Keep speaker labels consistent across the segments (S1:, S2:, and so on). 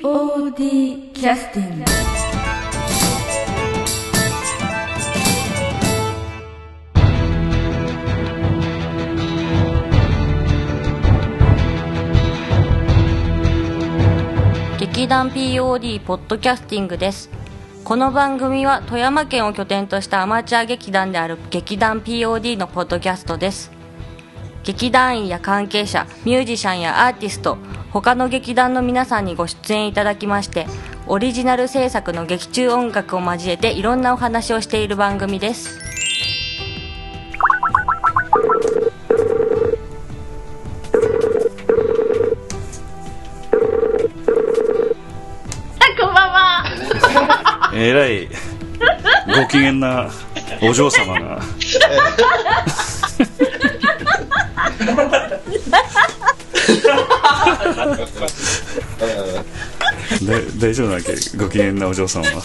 S1: POD キャスティング
S2: 劇団 POD ポッドキャスティングですこの番組は富山県を拠点としたアマチュア劇団である劇団 POD のポッドキャストです劇団員や関係者ミュージシャンやアーティスト他の劇団の皆さんにご出演いただきましてオリジナル制作の劇中音楽を交えていろんなお話をしている番組です
S3: こんばんは。
S4: えらいご機嫌なお嬢様がだ大丈夫なわけご機嫌なお嬢様は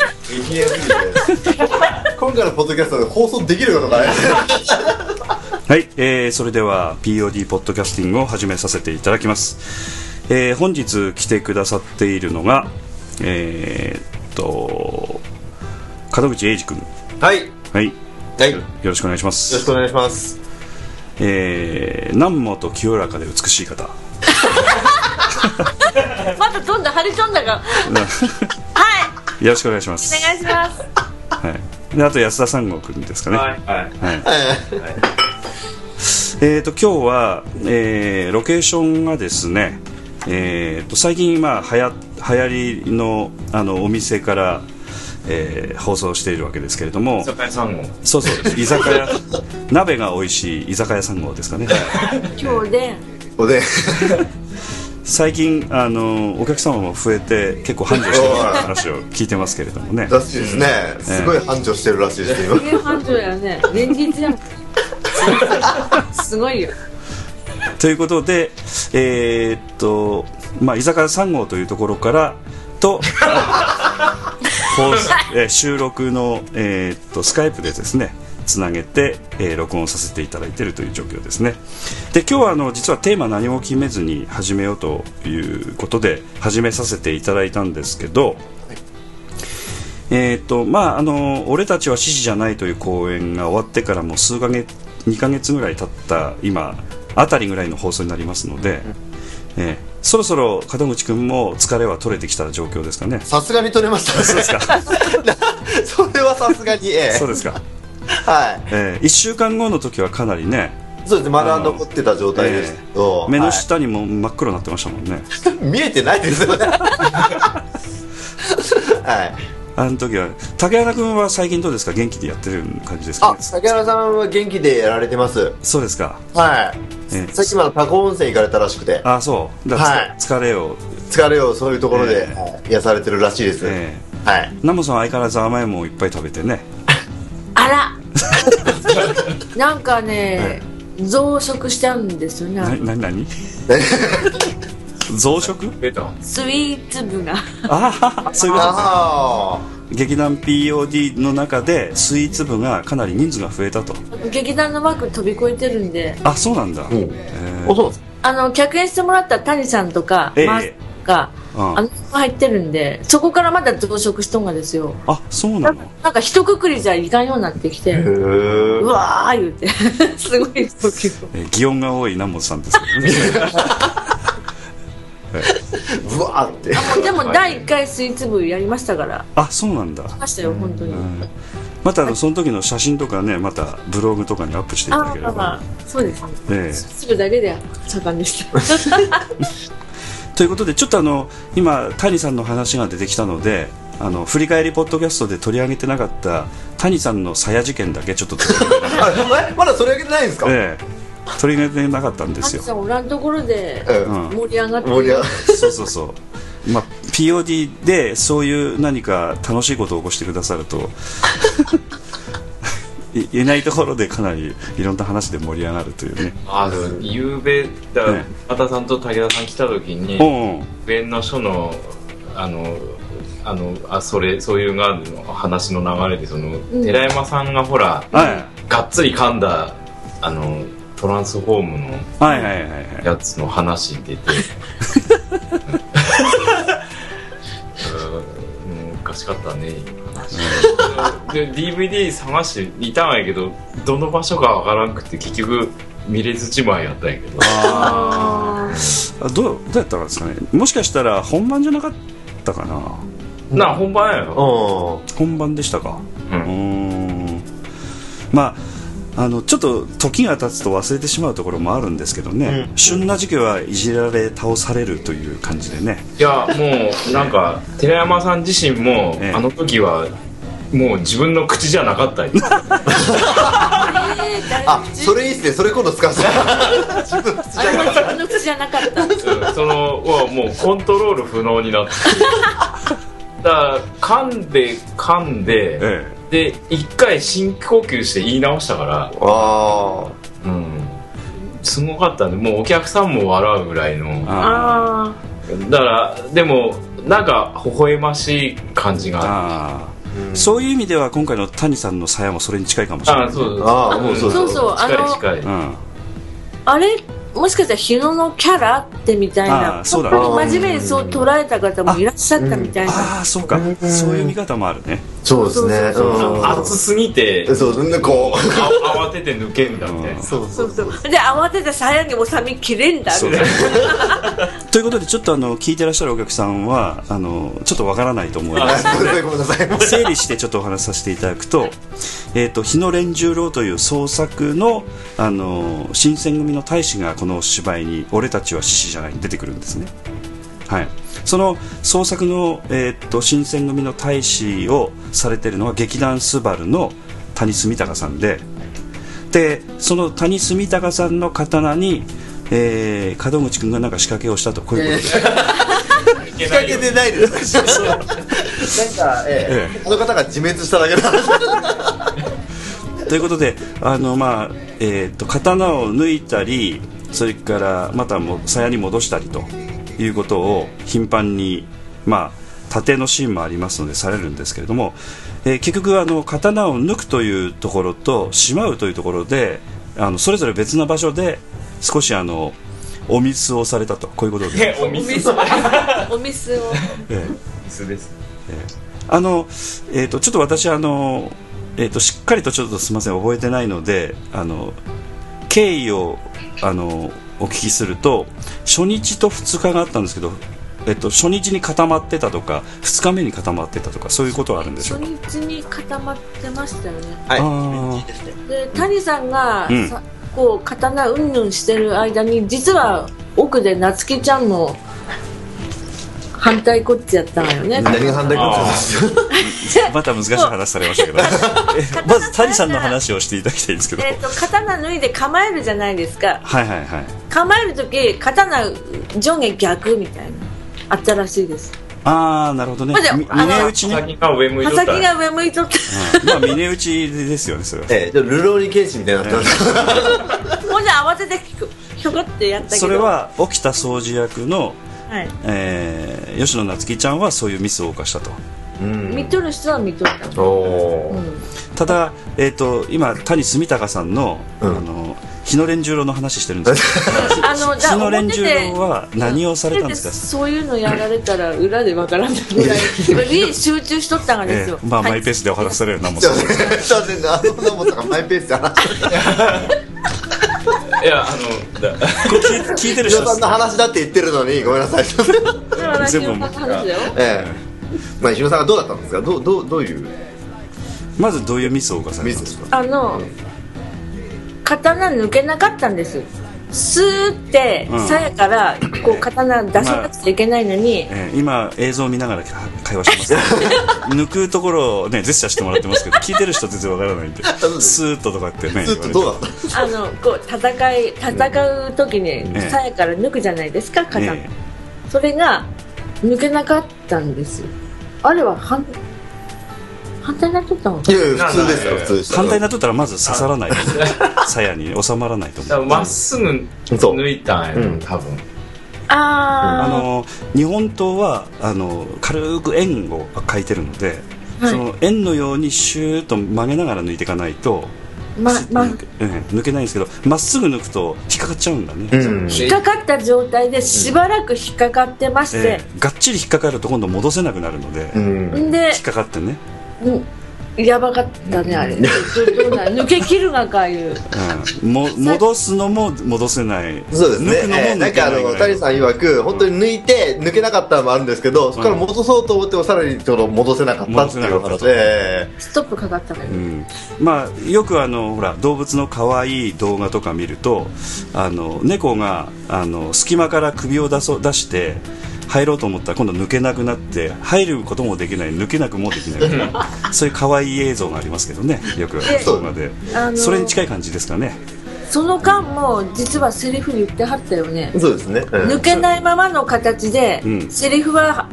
S5: 今回のポッドキャストで放送できるのかね
S4: はい、えーそれでは POD ポッドキャスティングを始めさせていただきます、えー本日来てくださっているのがえーっと門口英二君
S5: はいはいよ
S4: はいよ
S5: ろ
S4: ろしくお願いしま
S5: し
S4: す
S5: くお願いします
S4: えー南本清らかで美しい 方
S3: またどんどん張り飛んだが。
S4: よろしくお願いします。お願いします。はい。であと安田三郷くんですかね。はい。えっ、と今日は、えーロケーションがですね、えーと最近まあ流行流行りのあのお店から、えー放送しているわけですけれども、
S6: 酒屋さんも
S4: そうそうです居酒屋鍋が美味しい居酒屋三郷ですかね。
S3: 今日で。
S5: おでん
S4: 最近あのお客様も増えて結構繁盛してるっていう話を聞いてますけれどもね。
S5: らしいですねすごい繁盛してるらしいです今
S3: 有繁盛やね。連日やもん。すごいよ。
S4: ということで、えーっと、まあ、居酒屋3号というところからと、放送えー収録の、えーっとスカイプでですね、つなげて、えー録音させていただいているという状況ですね。で、今日はあの実はテーマ何も決めずに始めようということで、始めさせていただいたんですけど、えーっとまあ、あの俺たちは獅子じゃないという公演が終わってからもう数ヶ月2ヶ月ぐらい経った今あたりぐらいの放送になりますので、えーそろそろ門口君も疲れは取れてきた状況ですかね
S5: さすがに取れましたそうですかそれはさすがにええ
S4: そうですか、
S5: は
S4: え1週間後の時はかなりね
S5: いそうですねまだ残ってた状態ですけど、
S4: 目の
S5: は
S4: 下にも真っ黒になってましたもんね、
S5: い見えてないですよねはい
S4: あの時は竹原君は最近どうですか元気でやってる感じですか、
S5: あ
S4: ね、
S5: 竹原さんは元気でやられてます
S4: そうですか
S5: は
S4: え
S5: い、
S4: え
S5: さっきまでタコ温泉行かれたらしくて
S4: あそうだから
S5: はい
S4: 疲れを、
S5: 疲れをそういうところで、
S4: ええ
S5: はい癒されてるらしいです、
S4: え
S5: はい
S4: ー、ナモさんは相変わらず甘いもんをいっぱい食べてね
S3: あら。なんかね。増殖しちゃうんですよ
S4: な
S3: ね。
S4: な何 増殖
S6: ベタ
S3: スイーツ部が。
S4: ああそういうことですね
S5: ああ
S4: 劇団 POD の中でスイーツ部がかなり人数が増えたと
S3: 劇団の枠飛び越えてるんで。
S4: あそうなんだ、
S5: ん
S4: え
S5: お
S4: ー
S5: そうです
S3: あの客演してもらった谷さんとか。
S4: ええ
S3: マースとか。
S4: うん
S3: あの入ってるんでそこからまだ増殖しとんがですよ
S4: あそう なの
S3: なんか一括りじゃいかんようになってきて
S5: へー
S3: うわー言うて すごい増殖
S4: えー擬音が多い南本さんですけどね
S5: うわーって
S3: もうでも第1回スイーツ部やりましたから
S4: あそうなんだ
S3: ましたよ本当に、
S4: うんまたあのその時の写真とかねまたブログとかにアップしてい
S3: あ
S4: ただ
S3: あ
S4: ければ、
S3: そうですね
S4: ええ
S3: スイーツ部だけで盛んでした
S4: ということでちょっとあの今谷さんの話が出てきたのであの振り返りポッドキャストで取り上げてなかった谷さんの鞘事件だけちょっと取り上げて、
S5: あれ まだそれだけじゃないんですか、
S4: ええ取り上げてなかったんで
S3: マ
S4: す
S3: キ
S4: よ
S3: さんおらんところで
S5: うん
S4: うん
S3: 盛り上がって
S5: 盛り上が
S4: そうそうそう、まあ、POD でそういう何か楽しいことを起こしてくださると いいないところでかなりいろんな話で盛り上がるというね、
S6: あのゆうべだ
S4: うん
S6: 和田さんと武田さん来た時に
S4: うんうん、
S6: 上の書のあのあのあそれそういうがの話の流れでその、
S3: ん
S6: 寺山さんがほら
S4: は
S6: がっつり噛んだあのトランスフォームの
S4: いはいはいはいはい
S6: やつの話に出て かったねで DVD 探していたんやけどどの場所かわからんくて結局見れずじまいやったんやけど
S3: あ
S4: あどうどうやったんですかねもしかしたら本番じゃなかったかな
S6: なあ本番やろ
S5: うん
S4: 本番でしたか
S6: う
S4: うーんまああのちょっと時が経つと忘れてしまうところもあるんですけどね、
S5: うん
S4: 旬な時期はいじられ倒されるという感じでね
S6: いやもうなんか寺山さん自身も
S4: ええ
S6: あの時はもう自分の口じゃなかったんや
S5: あそれいいっすねそれ今度使わ せて自分
S3: あれも自分の口じゃなかった
S6: うんそのはもうコントロール不能になってだから噛んで噛んで、
S4: え
S6: で一回深呼吸して言い直したから
S5: あ
S6: うんすごかったねもうお客さんも笑うぐらいの
S4: えあ
S6: だからでもなんか微笑ましい感じ
S4: ー
S6: が
S4: あー、
S5: ーうん
S4: そういう意味では今回の谷さんの鞘もそれに近いかもしれな
S6: あ
S4: い
S6: あそう
S5: ああもうそう
S3: そうそうあ
S6: 近い
S3: の
S6: 近い、
S4: うん、
S3: あれもしかしたら日野のキャラってみたい
S4: あ
S3: な
S4: ーそうだ
S3: 本当に真面目にそう捉えた方もいらっしゃったみたいな
S4: ああそうか
S5: うん
S4: そういう見方もあるね
S5: そうですね
S3: そうそうそう
S5: うん
S6: 熱すぎて
S5: そうなんでこう
S6: あ慌てて抜けんだみたいな
S5: そう
S3: そうそうで慌てて鞘に収めきれんだみたいな
S4: ということでちょっとあの聞いてらっしゃるお客さんはあのちょっとわからないと思います
S5: ごめんなさい
S4: 整理してちょっとお話しさせていただくと「えー、と日野連十郎」という創作の、あのー新選組の大使がこの芝居に「俺たちは獅子じゃない」に出てくるんですね。はい、その創作の、えー、と新選組の大使をされてるのは劇団スバルの谷住隆さんででその谷住隆さんの刀に、えー門口君がなんか仕掛けをしたとこういうことです。
S6: いけ
S5: 仕
S6: な
S5: 掛
S6: い
S5: け
S6: よ
S5: てないですなんかええあの方が自滅しただけだ
S4: ということであの、まあえー、と刀を抜いたりそれからまたも鞘に戻したりということを頻繁に、まあ、盾のシーンもありますのでされるんですけれども、えー結局あの刀を抜くというところとしまうというところであのそれぞれ別な場所で少しあのお水をされたとこういうことです。
S6: お水そ
S3: お水を
S4: ええ
S6: 水です
S4: あの、えっ、と、ちょっと私、あの、えっ、と、しっかりとちょっとすみません、覚えてないので、あの、経緯を、あの、お聞きすると、初日と2日があったんですけど、えっと、初日に固まってたとか2日目に固まってたとかそういうことはあるんでしょ
S3: 初
S4: うか
S3: 日に固まってましたよね
S5: はい
S4: あー
S5: いいですね
S3: で谷さんが、
S4: うん
S3: さこう刀うんぬんしてる間に実は奥で夏希ちゃんの反対こっちやったのよね
S5: 何が反対かってこと
S4: また難しい話されました けどえまず谷さんの話をしていただきたいんですけどは
S3: え
S4: い
S3: っと刀脱いで構えるじゃないですか
S4: はいはい
S3: 構える時刀上下逆みたいなあったらしいです
S4: ああなるほどね
S3: まあじゃあ
S4: み
S3: あの
S4: 峰打ちね、うん
S6: 先が上
S3: 刃
S6: 向いとった
S3: 先が上向いとって
S4: まあ峰打ちですよねそれは
S5: ええじゃあルローニケンシみたいになってます
S3: ほんで慌ててひょひょこってやったけど
S4: それ、は沖田総司役の
S3: はい、
S4: えー吉野夏樹ちゃんはそういうミスを犯したと
S5: うん
S3: 見とる人は見とった
S5: おおー
S4: ただ、えー、と今谷住隆さんの,、
S5: うん
S4: あの日野連十郎の話してるんですけ
S3: あの
S4: ど日野連十郎は何をされたんですか
S3: そういうのやられたら裏でわからんないぐらいに集中しとったがですよ、
S4: えーまあ、
S3: はい
S4: マイペースでお話しされるようなもん
S5: ち
S4: で
S5: ょっと
S4: す
S5: 待ってちょっと待ってあそんなもんとかマイペースで話して
S6: いやあのだ
S4: 聞い聞いてる
S5: 伊
S4: 人
S5: 野さんの話だって言ってるのにごめんなさい
S3: それはラジオ
S4: 全部
S3: パス話だよ
S5: ええまあ石野さんがどうだったんですかどうどうどういう
S4: まずどういうミスを犯され
S5: ミ
S4: た
S5: ス
S4: ん
S5: で
S4: ですすか
S5: か
S3: あの刀抜けなかったんですスーって
S4: うん
S3: 鞘からこう刀出さなくちゃいけないのに、
S4: えー今映像を見ながらか会話して ますけど抜くところをねジェスチャーしてもらってますけど聞いてる人全然わからないんで
S5: そうです
S4: スーッととかってね
S5: ずっとどうだっ
S3: あのこう戦い戦う時に
S4: え
S3: 鞘から抜くじゃないですか
S4: 言
S3: 刀、
S4: われてえ
S3: それが抜けなかったんですよあれは反反対になっとったの
S5: たいやいや普通ですよ
S6: なんだ
S5: 普通でし
S4: ー
S5: た
S4: 反対になっとったらまず刺さらない鞘に収まらないと思う
S6: だからまっすぐ抜いたんやろ、
S5: うん
S6: 多分
S4: あ
S3: あ
S4: の日本刀はあの軽く円を描いてるので、
S3: はい
S4: その円のようにシューッと曲げながら抜いていかないと
S3: まま
S4: ええ抜けないんですけどまっすぐ抜くと引っかかっちゃうんだね、
S5: うん
S3: 引っかかった状態でしばらく引っかかってまし
S4: え
S3: て、
S4: えがっちり引っかかると今度戻せなくなるので、
S5: うん
S3: んで
S4: 引っかかってね、
S3: うんやばかったねあれどどうなん抜け切るがかいう
S4: うん、も戻すのも戻せない
S5: そうですね
S4: 抜くのも
S5: えーな
S4: 抜
S5: ん
S4: け
S5: かあ
S4: ないぐ
S5: の
S4: らい
S5: 谷さん曰く本当に抜いて抜けなかったのもあるんですけどそこから戻そうと思ってもさらにちょっと戻せなかったっていうこと
S4: 戻せなかった
S5: で
S3: ストップかかったのよ、
S4: うんまあ、よくあのほら動物の可愛い動画とか見るとあの猫があの隙間から首を出そう出して入ろうと思ったら今度抜けなくなって入ることもできない抜けなくもできないそういう可愛い映像がありますけどねよく動画で
S3: あのー
S4: それに近い感じですかね
S3: その間も実はセリフ言ってはったよね
S5: そうですねうん
S3: 抜けないままの形で、
S4: うん
S3: セリフは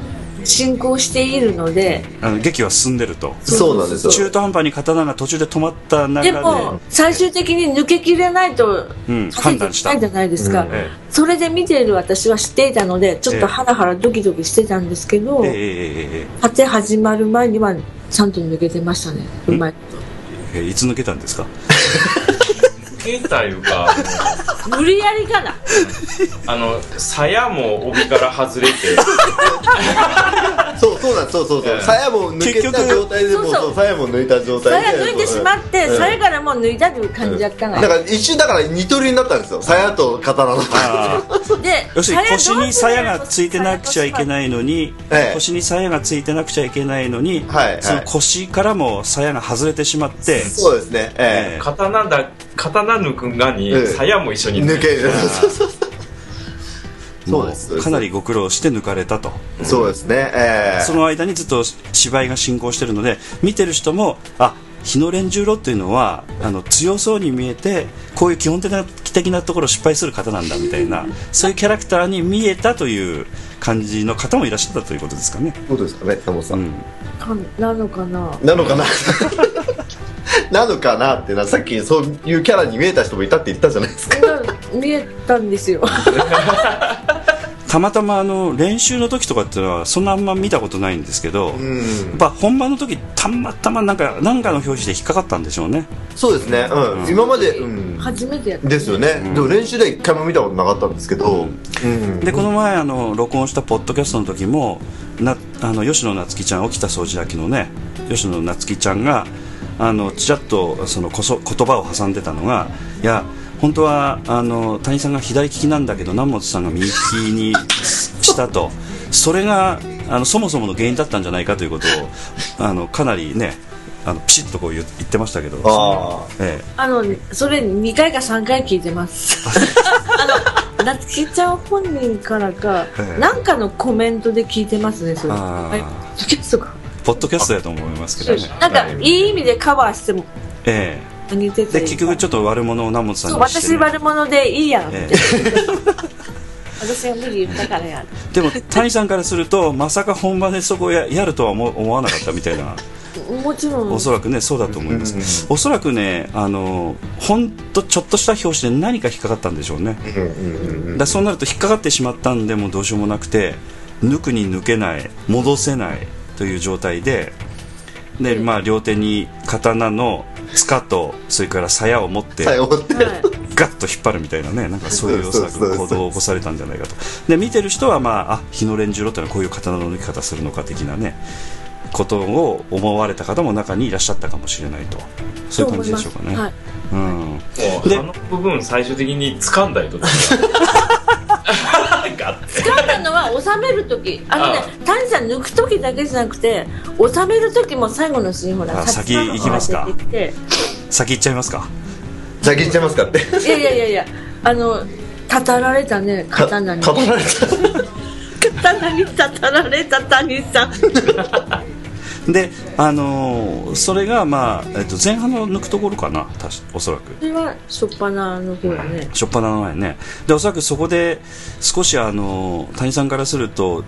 S3: 進行しているので
S4: あの劇は進んでると
S5: そうなんです
S4: 中
S5: よ
S4: 途半端に刀が途中で止まった中
S3: で
S4: で
S3: も最終的に抜けきれないと
S4: うん
S3: 立てていけないじゃないですか、
S5: 判断
S4: え
S3: それで見ている私は知っていたのでちょっとハラハラドキドキしてたんですけど、
S4: えええええ
S3: 立て始まる前にはちゃんと抜けてましたねうまいこと
S4: えええいつ抜けたんですか
S6: 抜けたいうか
S3: 無理やりかな
S6: あの鞘も帯から外れて
S5: そうそうなんですそうそうそう
S6: ええ
S5: 鞘も抜けた状態でもう
S3: 結局
S5: そう鞘も抜いた状
S3: それ
S5: 態
S3: は
S5: で
S3: 抜いてしまって
S5: うん
S3: それからもう抜いたという感じだったの
S5: だから一瞬だから二刀流になったんですよ鞘と刀の
S4: ああ
S3: で
S4: 要するに腰に鞘がついてなくちゃいけ
S3: い
S4: ないのに、
S5: ええ
S4: 腰に鞘がついてなくちゃいけないのに、
S5: はいはい
S4: その腰からも鞘が外れてしまって、
S5: そうですねえ
S6: 刀だ刀抜くんがに
S5: うん
S6: 鞘も一緒
S5: え
S6: に
S5: 抜けるそうそう
S4: も
S5: そうですそう
S4: う
S5: です
S4: かなりご苦労して抜かれたと、
S5: そうですねええ
S4: その間にずっと芝居が進行してるので見てる人もあ日野連十郎っていうのはあの強そうに見えてこういう基本的な的なところを失敗する方なんだみたいなそういうキャラクターに見えたという感じの方もいらっしゃったということですかね。
S5: ことですかねタモさ
S4: うんん
S3: なのかな
S5: なのかな なのかなってなさっきそういうキャラに見えた人もいたって言ったじゃないですか
S3: 見えたんですよ
S4: たまたまあの練習の時とかっていうのはそんなあんま見たことないんですけど、やっぱ本番の時たまたまなんかなんかの表紙で引っかかったんでしょうね
S5: そうですねうん、今まで、うん、
S3: 初めてやった
S5: ですよね、でも練習で一回も見たことなかったんですけど、うん
S4: でこの前あの録音したポッドキャストの時もなあの吉野夏樹ちゃん沖田総司明のね吉野夏樹ちゃんがあのちらっとそのこそ言葉を挟んでたのがいや本当はあの谷さんが左利きなんだけど南本さんが右利きにしたとそれがあのそもそもの原因だったんじゃないかということをあのかなりねあのピシッとこう言う言ってましたけど
S5: あー
S4: え
S3: あのそれ2回か3回聞いてます あの夏希ちゃん本人からか
S4: ええ
S3: なんかのコメントで聞いてますねそれ
S4: あー
S3: はい ポッドキャストか
S4: えポッドキャストだと思いますけどね、
S3: なんかいい意味でカバーしても
S4: え
S3: あげて
S4: え、
S3: て
S4: で結局ちょっと悪者を南本さん
S3: そう
S4: にして、
S3: 私悪者でいいやんって、
S4: ええ
S3: 私が無理言ったからやん
S4: でも谷さんからすると まさか本番でそこをややるとは思思わなかったみたいな
S3: もちろん
S4: おそらくねそうだと思いますおそらくねあのほんとちょっとした表紙で何か引っかかったんでしょうねだからそうなると引っかかってしまったんでもうどうしようもなくて抜くに抜けない戻せないという状態でで、まあ、両手に刀の塚とそれから鞘を持って
S5: 最後って
S3: はい
S4: ガッと引っ張るみたいなねなんかそういう
S5: そうそうそうそう
S4: 行動を起こされたんじゃないかとで見てる人は、まあ、あ日野連十郎ってのはこういう刀の抜き方するのか的なねことを思われた方も中にいらっしゃったかもしれないとそういう感じでしょうかね、
S3: はい、
S4: うん、
S6: もう
S4: で
S6: あの部分最終的に掴んだりとかガッて
S3: 使ったのは収める時あのね
S6: あ
S3: 谷さん抜く時だけじゃなくて収める時も最後のシーンほら
S4: あ先行きますか
S3: 薩摩川が出て
S4: 先行っちゃいますか
S5: 先行っちゃいますかって
S3: きていやいやいやいやあのたたられたね刀に
S5: 語られた
S3: 刀にたたられた谷さん
S4: であのーそれが、まあえっと、前半の抜くところかなたしおそらく
S3: それは初っ端の方だね
S4: 初っ端の前ねでおそらくそこで少しあの谷さんからすると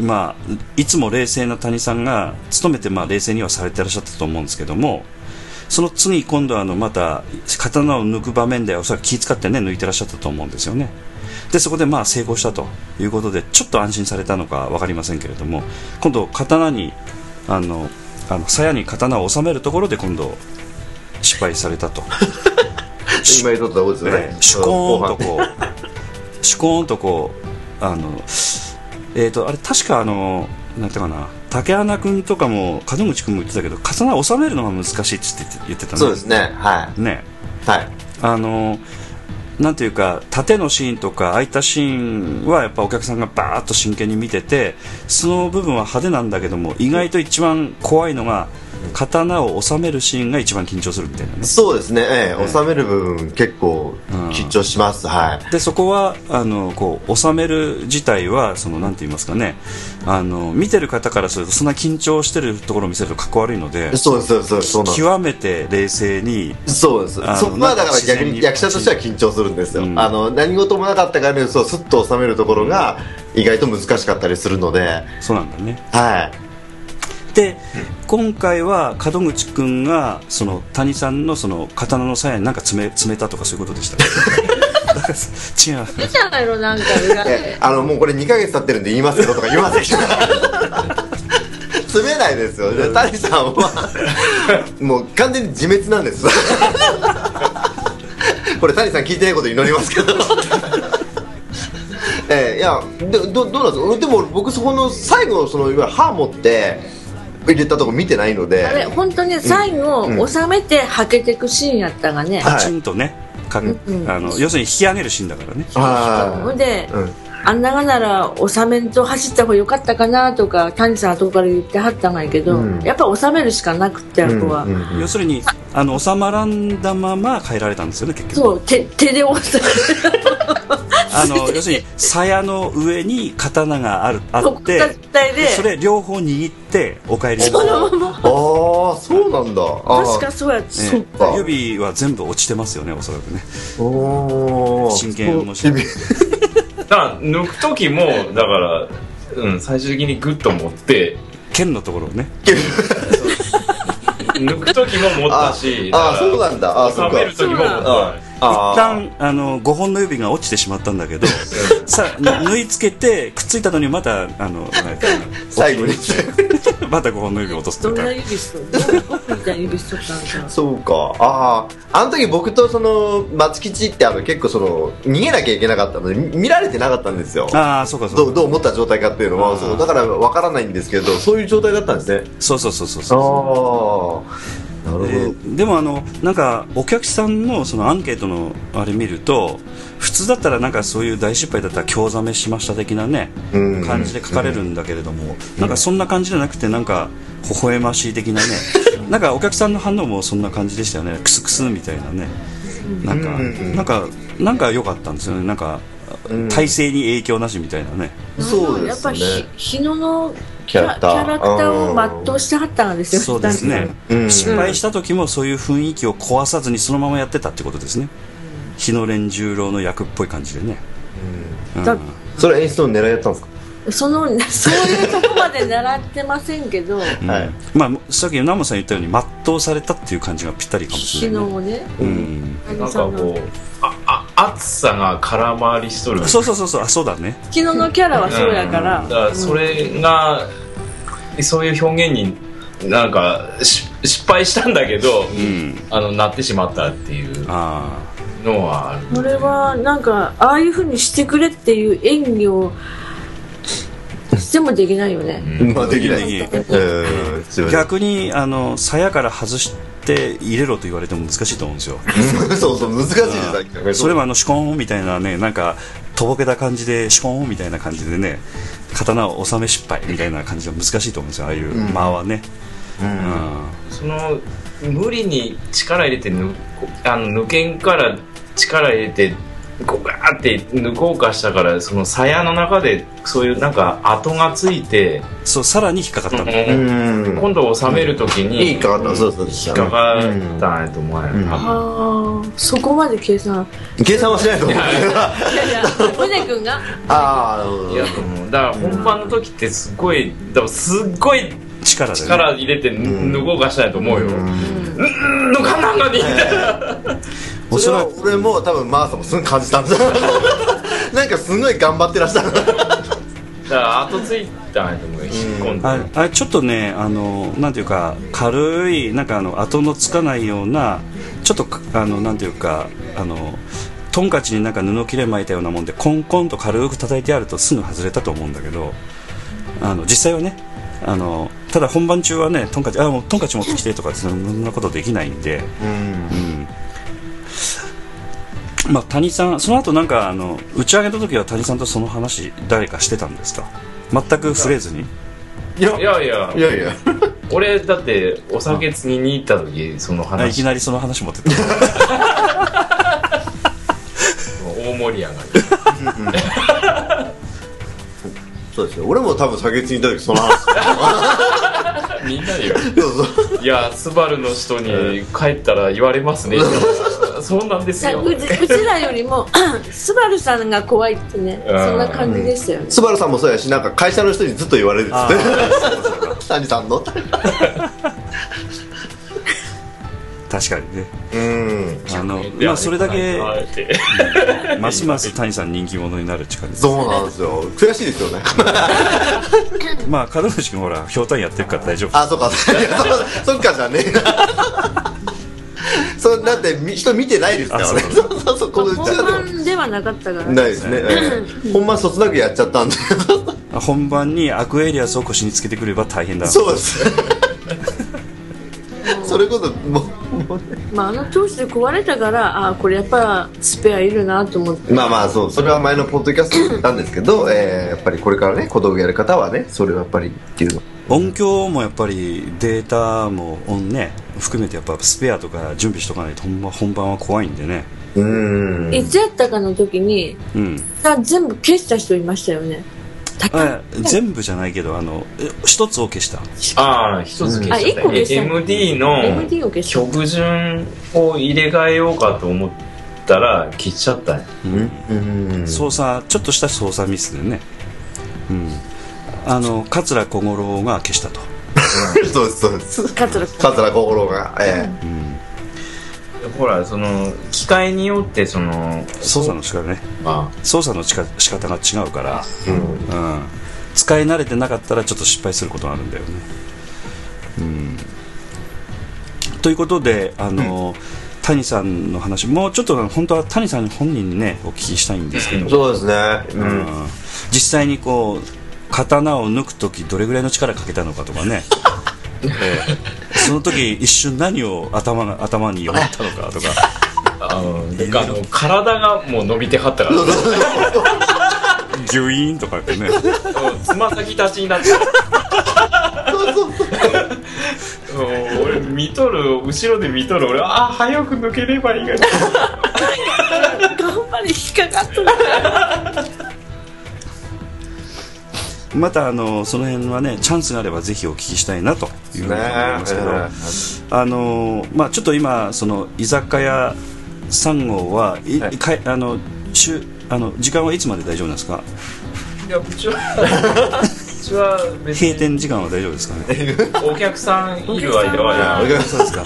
S4: まあいつも冷静な谷さんが努めてまあ冷静にはされてらっしゃったと思うんですけどもその次今度はあのまた刀を抜く場面でおそらく気使ってね抜いてらっしゃったと思うんですよねでそこでまあ成功したということでちょっと安心されたのか分かりませんけれども今度刀にあのあの鞘に刀を収めるところで今度失敗されたと、
S5: 今言っとったことですよね、
S4: えーシュコーンとこう シュコーンとこうあのえっ、とあれ確かあのなんていうかな竹穴君とかも門口君も言ってたけど刀を収めるのが難しいっつって言ってたね
S5: そうですねはい
S4: ね
S5: はい
S4: あのなんていうか縦のシーンとか空いたシーンはやっぱお客さんがバーッと真剣に見ててその部分は派手なんだけども意外と一番怖いのが刀を収めるシーンが一番緊張するみたいなね
S5: そうですね、ええ、収める部分結構緊張します、はい
S4: でそこはあのこう収める自体はそのなんて言いますかねあの見てる方からするとそんな緊張してるところを見せるとかっこ悪いので
S5: そうですそうですそうです
S4: 極めて冷静に
S5: そうです
S4: あの
S5: そこはだから
S4: 自
S5: 逆
S4: 然に
S5: に役者としては緊張するんですよ、
S4: うん
S5: あの何事もなかったからねそうスッと収めるところが意外と難しかったりするので、
S4: そうなんだね
S5: は
S4: で今回は門口君がその谷さんのその刀の鞘になんか詰め詰めたとかそういうことでしたか だから違う
S3: じゃないのなんか
S5: い、えあのもうこれ2ヶ月経ってるんで言います けどとか言いませんけど詰めないですよで谷さんはもう完全に自滅なんですこれ谷さん聞いてないこと祈りますけどええいやでどどうなんですかでも僕そこの最後のそのいわゆる歯持って入れたとこ見てないので
S3: あれ本当に最後収めてはけてくシーンやったがね、
S4: パチンとね、か
S3: うん
S4: あの要するに引き上げるシーンだからね
S5: は
S3: ほん
S5: い
S3: で、
S5: うん
S3: あんながなら収めんと走った方が良かったかなとか谷さん後から言ってはったんやけど、
S5: うん
S3: やっぱ収めるしかなくってあの子は、
S5: うんうん
S4: 要するにあの収まらんだまま帰られたんですよね結局
S3: そう手手で収める
S4: あの要するに鞘の上に刀があるあ
S3: こ
S4: っ
S3: こが
S4: て
S3: 絶対で
S4: それ両方握ってお帰りになる
S5: ああそうなんだ
S3: 確かそうやつ、
S4: ね
S3: そう
S5: か
S4: 指は全部落ちてますよねおそらくね
S5: おー
S4: 真剣のシーン
S6: だから抜く時もだから、うん、最終的にグッと持って
S4: 剣のところをね
S6: 抜く時も持ったし
S5: ああ
S6: だから
S5: そうなんだあそう
S6: 収
S5: か
S6: める時も持った
S5: ああ
S4: 一旦あの5本の指が落ちてしまったんだけ どさ縫い付けてくっついたのにまたあのなんか
S5: 最後に
S4: また5本の指を落とす
S3: ど
S4: と
S3: ん
S4: か
S3: な指しとる僕みたいな指しとったんかな
S5: そうかあああの時僕とその松吉ってあの結構その逃げなきゃいけなかったのでみ見られてなかったんですよ
S4: ああそうかそ
S5: どう
S4: うか
S5: どう思った状態かっていうの
S4: あ
S5: は
S4: ー
S5: そうだからわからないんですけどそういう状態だったんですね
S4: そうそうそうそう
S5: ああ
S4: そうえ
S5: なる
S4: ーでもあのなんかお客さんのそのアンケートのあれ見ると普通だったらなんかそういう大失敗だったら興ざめしました的なね
S5: ほど、うん
S4: 感じで書かれるんだけれどもなんかそんな感じじゃなくてなんか微笑ましい的なね なんかお客さんの反応もそんな感じでしたよねクスクスみたいなねなんか
S5: うんうん
S4: なんかなんか良かったんですよねなんか
S5: うん
S4: 体勢に影響なしみたいなね
S5: そうで
S3: やっ
S5: す
S3: ぱ
S5: ね
S3: ひ日野のキ
S5: キャ
S3: ャ
S5: ラクター
S3: キャラクターを全うしてはったんですよ
S4: そうですね
S5: うん
S4: 失敗した時もそういう雰囲気を壊さずにそのままやってたってことですね日野連十郎の役っぽい感じでねうん
S3: だ
S5: それ演出の狙いやったんですか
S3: そのそういうとこまで習ってませんけど
S4: うん
S5: はい
S4: まあさっき南本さん言ったように全うされたっていう感じがぴったりかもし
S3: 日
S4: れな
S3: 野
S4: いね
S3: もね
S4: うん
S6: なんかこうああ暑さが空回りしとる
S4: そうそうそうそうあそうだね
S3: 日野のキャラはそうやから、
S6: だからそれが、そういう表現になんかし失敗したんだけど、
S4: ん
S6: あのなってしまったっていう
S4: ああ
S6: のはある
S3: これはなんかああいうふうにしてくれっていう演技をしてもできないよね、
S5: まあできない
S4: でき
S5: うん自分で
S4: 逆にあの鞘から外して入れろと言われても難しいと思うんですよ
S5: そうそう難しいです
S4: それもあのシュコーンみたいなねなんかとぼけた感じでシュコーンみたいな感じでね刀を収め失敗みたいな感じは難しいと思うんですよああいう間はね、うん
S6: その無理に力入れて抜こあの抜けんから力入れてこうガーって抜こうかしたからその鞘の中でそういうなんか跡がついて、
S4: そうさらに引っかかったんだ、
S5: うん
S6: 今度収める時
S5: い
S6: に
S5: いかかったそうそう
S6: 引っかかったんやと思われる、多分
S3: ああそこまで計算
S5: 計算はしないと思う
S3: いやいや宗君が
S5: ああ
S6: いやと思うだから本番の時ってすごいだからすっごい
S4: 力で、ね、
S6: 力入れてぬ動かしたいと思うよ、うん、抜かなんのに、
S4: お
S5: そ
S4: そ
S5: れは
S4: らく
S5: 俺も多分マーサもすぐ感じたん ですよなんかすごい頑張ってらっしゃる
S6: だから後ついたんやと思うよ突っ込んで、
S4: あれあれちょっとねあのなんていうか軽いなんかあの後のつかないようなちょっとかあのなんていうかあのトンカチになんか布切れ巻いたようなもんでコンコンと軽く叩いてあるとすぐ外れたと思うんだけどあの実際はねあのただ本番中はねトンカチあもうトンカチ持ってきてとかそんなことできないんで、うんまあ、谷さんその後なんかあの打ち上げの時は谷さんとその話誰かしてたんですか全く触れずに
S5: いや
S6: いやいや
S5: いやいや
S6: 俺だってお酒つぎに行った時その
S4: あいき
S6: 話
S4: なりその話持ってた
S6: 大盛り上がり
S5: そうですよ俺も多分酒ついた時その 話
S6: みんなでよ
S5: そうそう
S6: いやスバルの人に帰ったら言われます ねそうなんですよ
S3: うちうちらよりもスバルさんが怖いってね
S6: うん
S3: そんな感じでしたよね
S5: スバルさんもそうやしなんか会社の人にずっと言われるっつって 谷さんの
S4: 確かにね
S5: うん
S4: あの、まあ、それだけ
S6: あえて
S4: ますます谷さん人気者になる力です
S5: そうなんですよ悔しいですよね
S4: まあ門口君ほらひょうたんやってるから大丈夫
S5: あそっか そそっかじゃね えなそうだってみ人見てないですからね
S4: あ
S5: そうそうそうこの
S3: 本番ではなかったから
S5: ないですね、ええほんま卒なくやっちゃったんで
S4: あ本番にアクエリアスを腰につけてくれば大変だ
S5: そうです それこそもう
S3: まあ、あの調子で壊れたからああこれやっぱスペアいるなと思って
S5: まあまあそうそれは前のポッドキャストで言ったんですけど、えーやっぱりこれからね小道具やる方はねそれはやっぱりっていうの
S4: 音響もやっぱりデータも音ね含めてやっぱスペアとか準備しとかないとほんま本番は怖いんでね
S5: うーん
S3: いつやったかの時に
S4: うん
S3: さ全部消した人いましたよね
S4: あ全部じゃないけどあのえ一つを消した
S6: ああ一つ消
S3: あ
S6: し
S3: 一
S6: ちゃ
S3: 個
S6: った
S3: 消した
S6: MD の
S3: MD を消した
S6: 曲順を入れ替えようかと思ったら消しちゃったね
S5: うん
S4: 操作ちょっとした操作ミスでねうんあの桂小五郎が消したと
S5: そうですそうです
S3: 桂子
S5: 桂心がええ
S6: ほらその機械によってその
S4: 操作の仕方ね
S6: あ
S4: 操作のしか仕方が違うから
S5: うん
S4: うん、使い慣れてなかったらちょっと失敗することがあるんだよね。うん、ということであの、谷さんの話もうちょっと本当は谷さん本人にねお聞きしたいんですけど、
S5: そうですねう
S4: うん
S5: ん
S4: 実際にこう刀を抜く時どれぐらいの力かけたのかとかね。ええその時一瞬何を頭が頭に思ったのかとか
S6: あのあの体がもう伸びては ったから
S4: ギュイーンとかってね
S6: うんつま先立ちになって うん俺見とる後ろで見とる俺ああ早く抜ければいいが
S3: 頑張り引っかかった
S4: またあのその辺はねチャンスがあればぜひお聞きしたいなというふうに思いますけど、
S5: ね
S4: あのまあ、ちょっと今その居酒屋3号はい、
S5: はい
S4: かいあの週あの時間はいつまで大丈夫なんですか
S6: いやうちは うちは別
S4: 閉
S6: に
S4: 店時間は大丈夫ですかね
S6: お客さんいる間
S5: あ
S6: は
S5: りがとうございます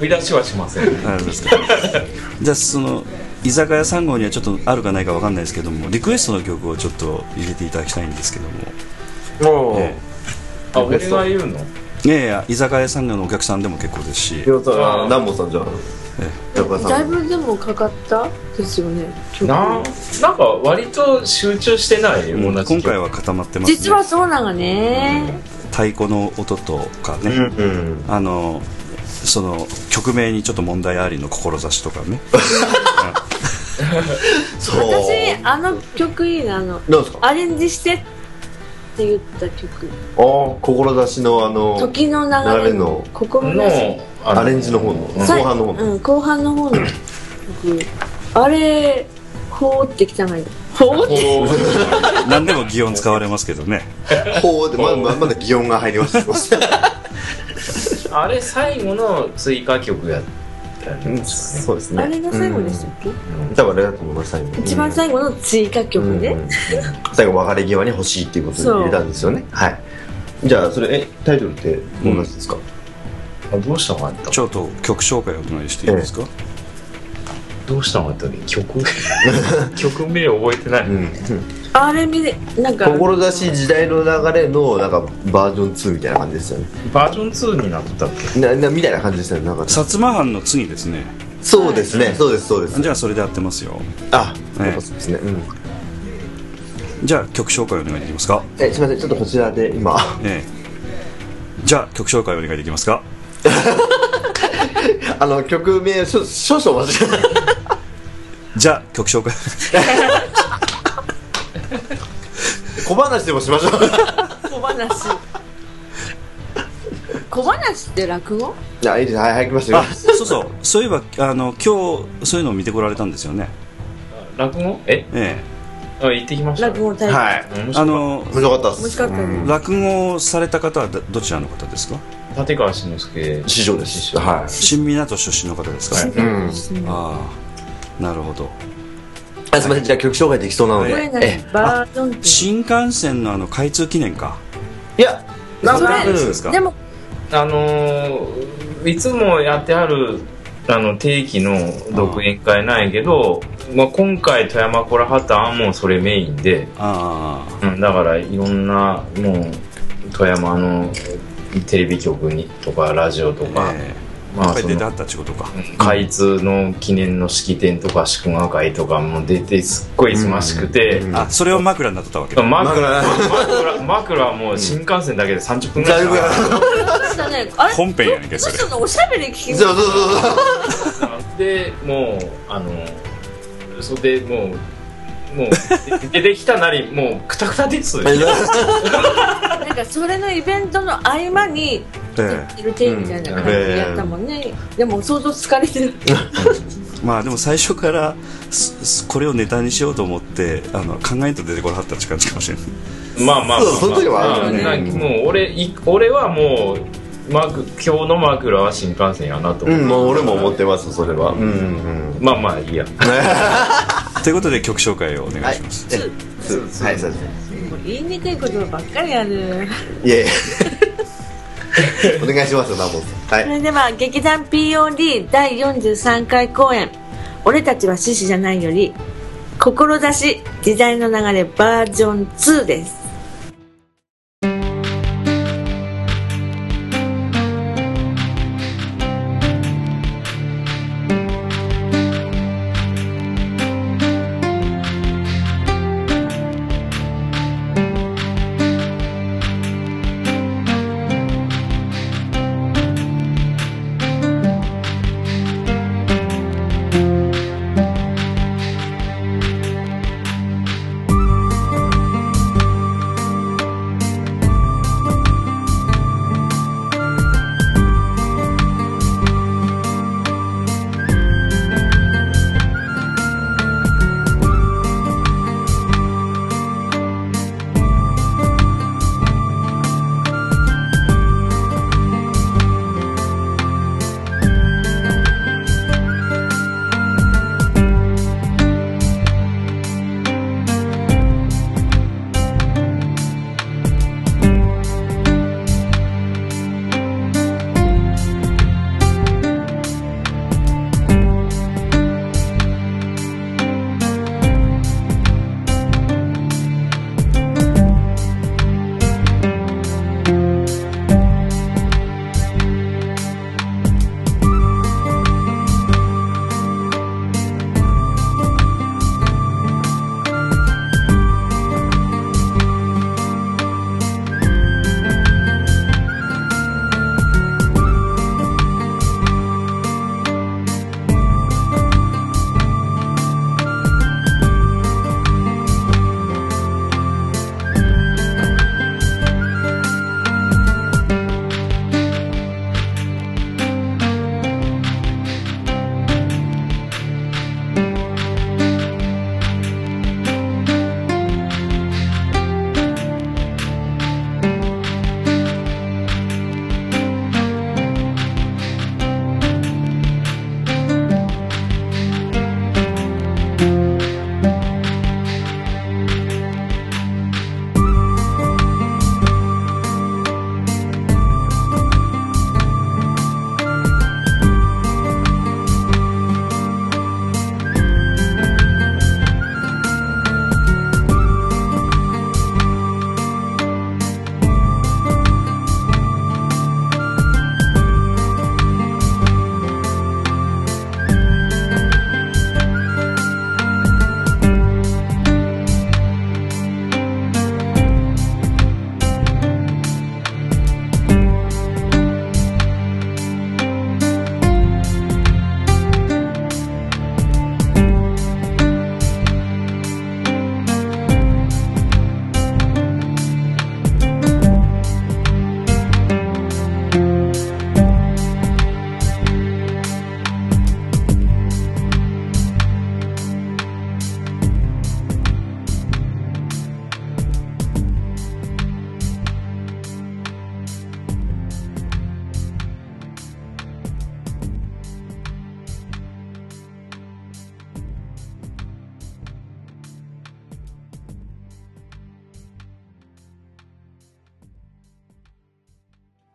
S6: 売り出しはしません
S4: あそうですかじゃあその居酒屋3号にはちょっとあるかないかわかんないですけどもリクエストの曲をちょっと入れていただきたいんですけども
S5: もう
S4: え
S6: あ俺が言うの
S4: いやいや居酒屋3号のお客さんでも結構ですし
S5: 京都あ南本さんじゃん
S4: え
S5: 高橋
S3: だ
S5: さ
S3: い
S5: ん
S3: ぶでもかかったですよね曲
S6: なんなんか割と集中してない
S4: うん
S6: 同
S4: 今
S6: じ曲
S4: 回は固まってますね
S3: 実はそうながね、
S4: 太鼓の音とかね、
S5: うん
S4: あのその曲名にちょっと問題ありの志とかね
S5: そう
S3: 私あの曲いいなあの
S5: なんですかあ
S3: アレンジしてって言った曲
S5: あ志のあ
S3: 「
S5: の
S3: 時の流
S5: 流
S3: れ
S5: れの
S3: の心なし」
S6: のあの
S5: アレンジの方の後
S3: さい
S5: 半の方の
S3: うん、後半の方の曲あれほーってきたのよほーって
S6: こう
S4: 何でも擬音使われますけどね
S5: ほうでまだまだまだ擬音が入りました
S6: あれ最後の追加曲やったよね
S5: そうですね
S3: あれが最後でしたっけ、
S5: うん多分あれだと思います最後
S3: 一番最後の追加曲ね、
S5: うん最後別れ際に欲しいっていうことで
S3: そう
S5: 入れたんですよねはいじゃあそれえタイトルって同じですか、
S6: あどうしたのかあった
S4: ちょっと曲紹介をお願いしていいですか、
S6: どうしたのかあったね曲曲名覚えてない、
S5: うん
S3: あれ見れなんか
S5: 志時代の流れのなんかバージョン2みたいな感じでしたよね
S6: バージョン2になってたっけ
S5: ななみたいな感じでしたよねなんか
S4: 薩摩藩の次ですね
S5: そうですねそうですそうです
S4: じゃあそれで合ってますよ
S5: あ、
S4: ね
S5: そうですね、うん、
S4: じゃあ曲紹介お願いできますか
S5: えすいませんちょっとこちらで今
S4: ええじゃあ曲紹介お願いできますか
S5: あの曲名少少々お待ちください
S4: じゃあ曲紹介
S5: 小話でもし ましょう
S3: 小話小話って落語
S5: いやいいですはいはい来ました
S4: あ
S5: よ
S4: そうそうそういえばあの今日そういうのを見てこられたんですよね
S6: 落語え
S4: え
S6: あ行ってきました
S3: 落語大会
S5: はい
S6: 面
S4: え
S6: 白
S4: あ
S6: い
S4: の
S5: 面白かった
S3: 面
S5: で
S3: 白
S5: す
S3: かったね
S4: 落語された方はどどちらの方ですか
S6: 立川志の輔
S5: 師匠です師匠は
S4: 新港出身の方ですか、
S6: はい
S5: いうん
S4: ああなるほど
S5: あすいませんじゃあ曲紹介できそうなので、
S3: 声が
S5: え
S3: バージョンって
S4: 新幹線のあの開通記念か
S5: いや
S3: なんか
S5: うん
S4: そうですか
S3: でも
S6: あのーいつもやってあるあの定期の独演会なんやけど、まあ、今回富山コラハタンもうそれメインで、
S4: ああ
S6: うん、だからいろんなもう富山のテレビ局にとかラジオとか、
S4: ええ
S6: ま
S4: や
S6: あ
S4: っぱり
S6: そ
S4: 出て
S6: の
S4: あったってことか
S6: 開通の記念の式典とか祝賀会とかも出てすっごい忙しくて、
S5: うん
S4: あそれを枕になってたわけだ
S6: 枕
S5: 枕
S6: 枕枕はもう新幹線だけで30分ぐらいしかなかっ
S3: そうだねあれ
S4: 本編やねんけ
S3: その
S4: それ
S3: 人のおしゃべり聞き
S5: そうそうそうそう
S6: たでもうあのそれでもうもう出てきたなりもうくたくたですよ
S3: なんかそれのイベントの合間に
S4: え
S3: いるてみたいな感じでやったもんね、でも想像疲れてる
S4: えまあでも最初からすすこれをネタにしようと思ってあの考えと出てこなかったって感じかもし れない
S6: まあまあまあ、
S5: そうその時はあるよね
S6: まあなんかもう俺い俺はもうマク今日の枕は新幹線やなと思
S5: う
S6: って、
S5: んもう俺も思ってますそれはうんうん
S6: まあまあいいや
S4: ということで曲紹介をお願いします、
S5: えはいそうです
S3: もう言いにくいことばっかりやる
S5: いえいえ お願いしますよナモンさん
S3: そ
S5: はい
S3: れでは劇団 POD 第43回公演「俺たちは獅子じゃない」より「志時代の流れバージョン2」です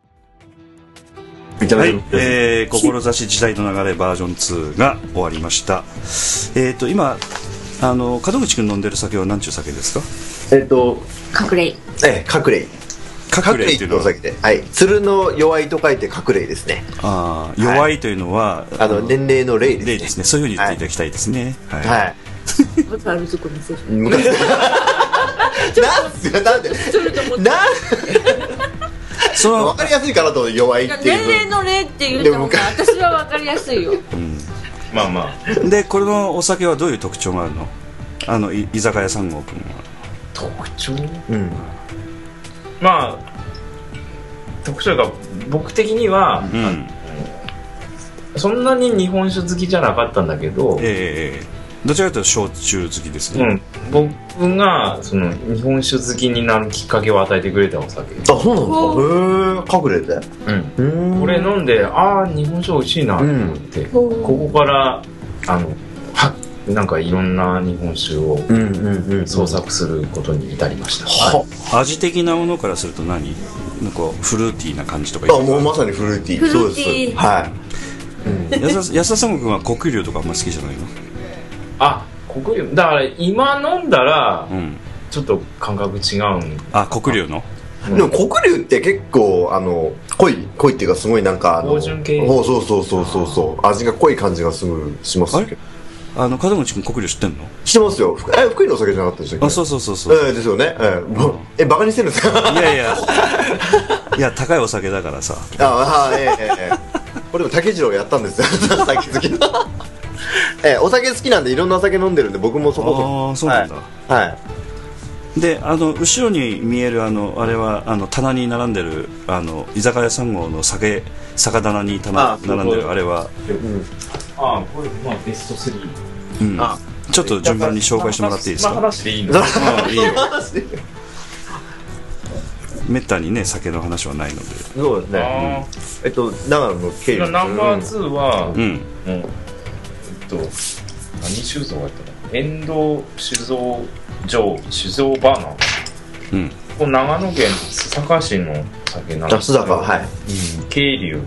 S4: はい
S5: ちゃめちゃ難し、
S4: えー、志時代の流れバージョン2が終わりました。えっ、と今あの門口くん飲んでる酒は何ちゅう酒ですか？
S5: えっと、
S1: 隠れ。
S5: ええ、隠れ。
S4: 隠れっていうの
S5: お
S4: は
S5: 酒で。はい。鶴の弱いと書いて隠れですね。
S4: あー弱いというのは、
S5: あの、年齢の霊ですね。
S4: 例ですね。そういうふうに言っていただきたいですね。はい。
S5: はい。
S3: まずあるとこ見せる
S5: 昔。なんすよ、なんで。なん
S4: その
S5: わかりやすいかなと思って弱いって
S3: 年齢
S5: いう。
S3: の例って言った方が私は分かりやすいよ
S6: まあまあ
S4: でこれのお酒はどういう特徴があるの？あのい居酒屋三号くんは。
S6: 特徴
S5: うん。
S6: まあ特徴が僕的には、
S4: うん。
S6: そんなに日本酒好きじゃなかったんだけど、
S4: ええどちらかというと焼酎好きです
S6: う
S4: ね。
S6: ん、僕がその日本酒好きになるきっかけを与えてくれたお酒、
S5: あ、そうなんですか。へえ、隠れて。
S6: うん、
S5: うーん
S6: これ。飲んでああ日本酒美味しいなと思って、
S3: ほう
S6: ここからあのはなんかいろんな日本酒を
S5: うんうんうん。
S6: 創作することに至りました、
S5: は
S4: 味的なものからすると何？なんかフルーティーな感じとか
S5: あ、もうまさにフルーティー。
S3: フル
S5: そう
S3: ーティー
S5: です。
S4: 安
S5: はい。
S4: 田安田三くんは国量とかあんま好きじゃないの
S6: あ国領だから今飲んだら
S4: うん
S6: ちょっと感覚違うん
S4: あ国量の
S6: うん
S5: でも黒龍って結構あの濃い濃いっていうかすごいなんかあの
S6: 芳醇系
S5: ほうそうそうそうそうそう味が濃い感じがすごいします
S4: あれあの門口君国量知ってんの
S5: してますよふえ福井のお酒じゃなかったでしたっけ
S4: あそううそうそうそう、
S5: ええですよねええぼ えバカにしてるんですか
S4: いやいやいや高いお酒だからさ
S5: ああええええええ俺も竹次郎やった んですよ酒好きのええお酒好きなんでいろんなお酒飲んでるんで僕もそこそこ
S4: ああそうなんだ
S5: はい、はい
S4: であの後ろに見えるあのあれはあの棚に並んでるあの居酒屋3号の酒酒棚に棚
S5: あそうそう
S4: 並んでるあれは、
S5: うん、
S6: あこれまあベスト3
S4: うん
S5: あ
S4: ちょっと順番に紹介してもらっていいです
S6: そん
S4: か
S6: な話でいいの
S4: いいよ
S5: 話
S4: めったにね酒の話はないので
S5: そうですね
S6: あー
S5: えっと長野の経
S6: 今ナンバー2は、
S4: うん
S6: もうえっと何酒造やったかな遠藤酒造場酒造バーナー
S4: うん
S6: ここ長野県須坂市の酒なんで
S5: 安
S6: すけど
S5: 坂はい
S6: 渓流っていう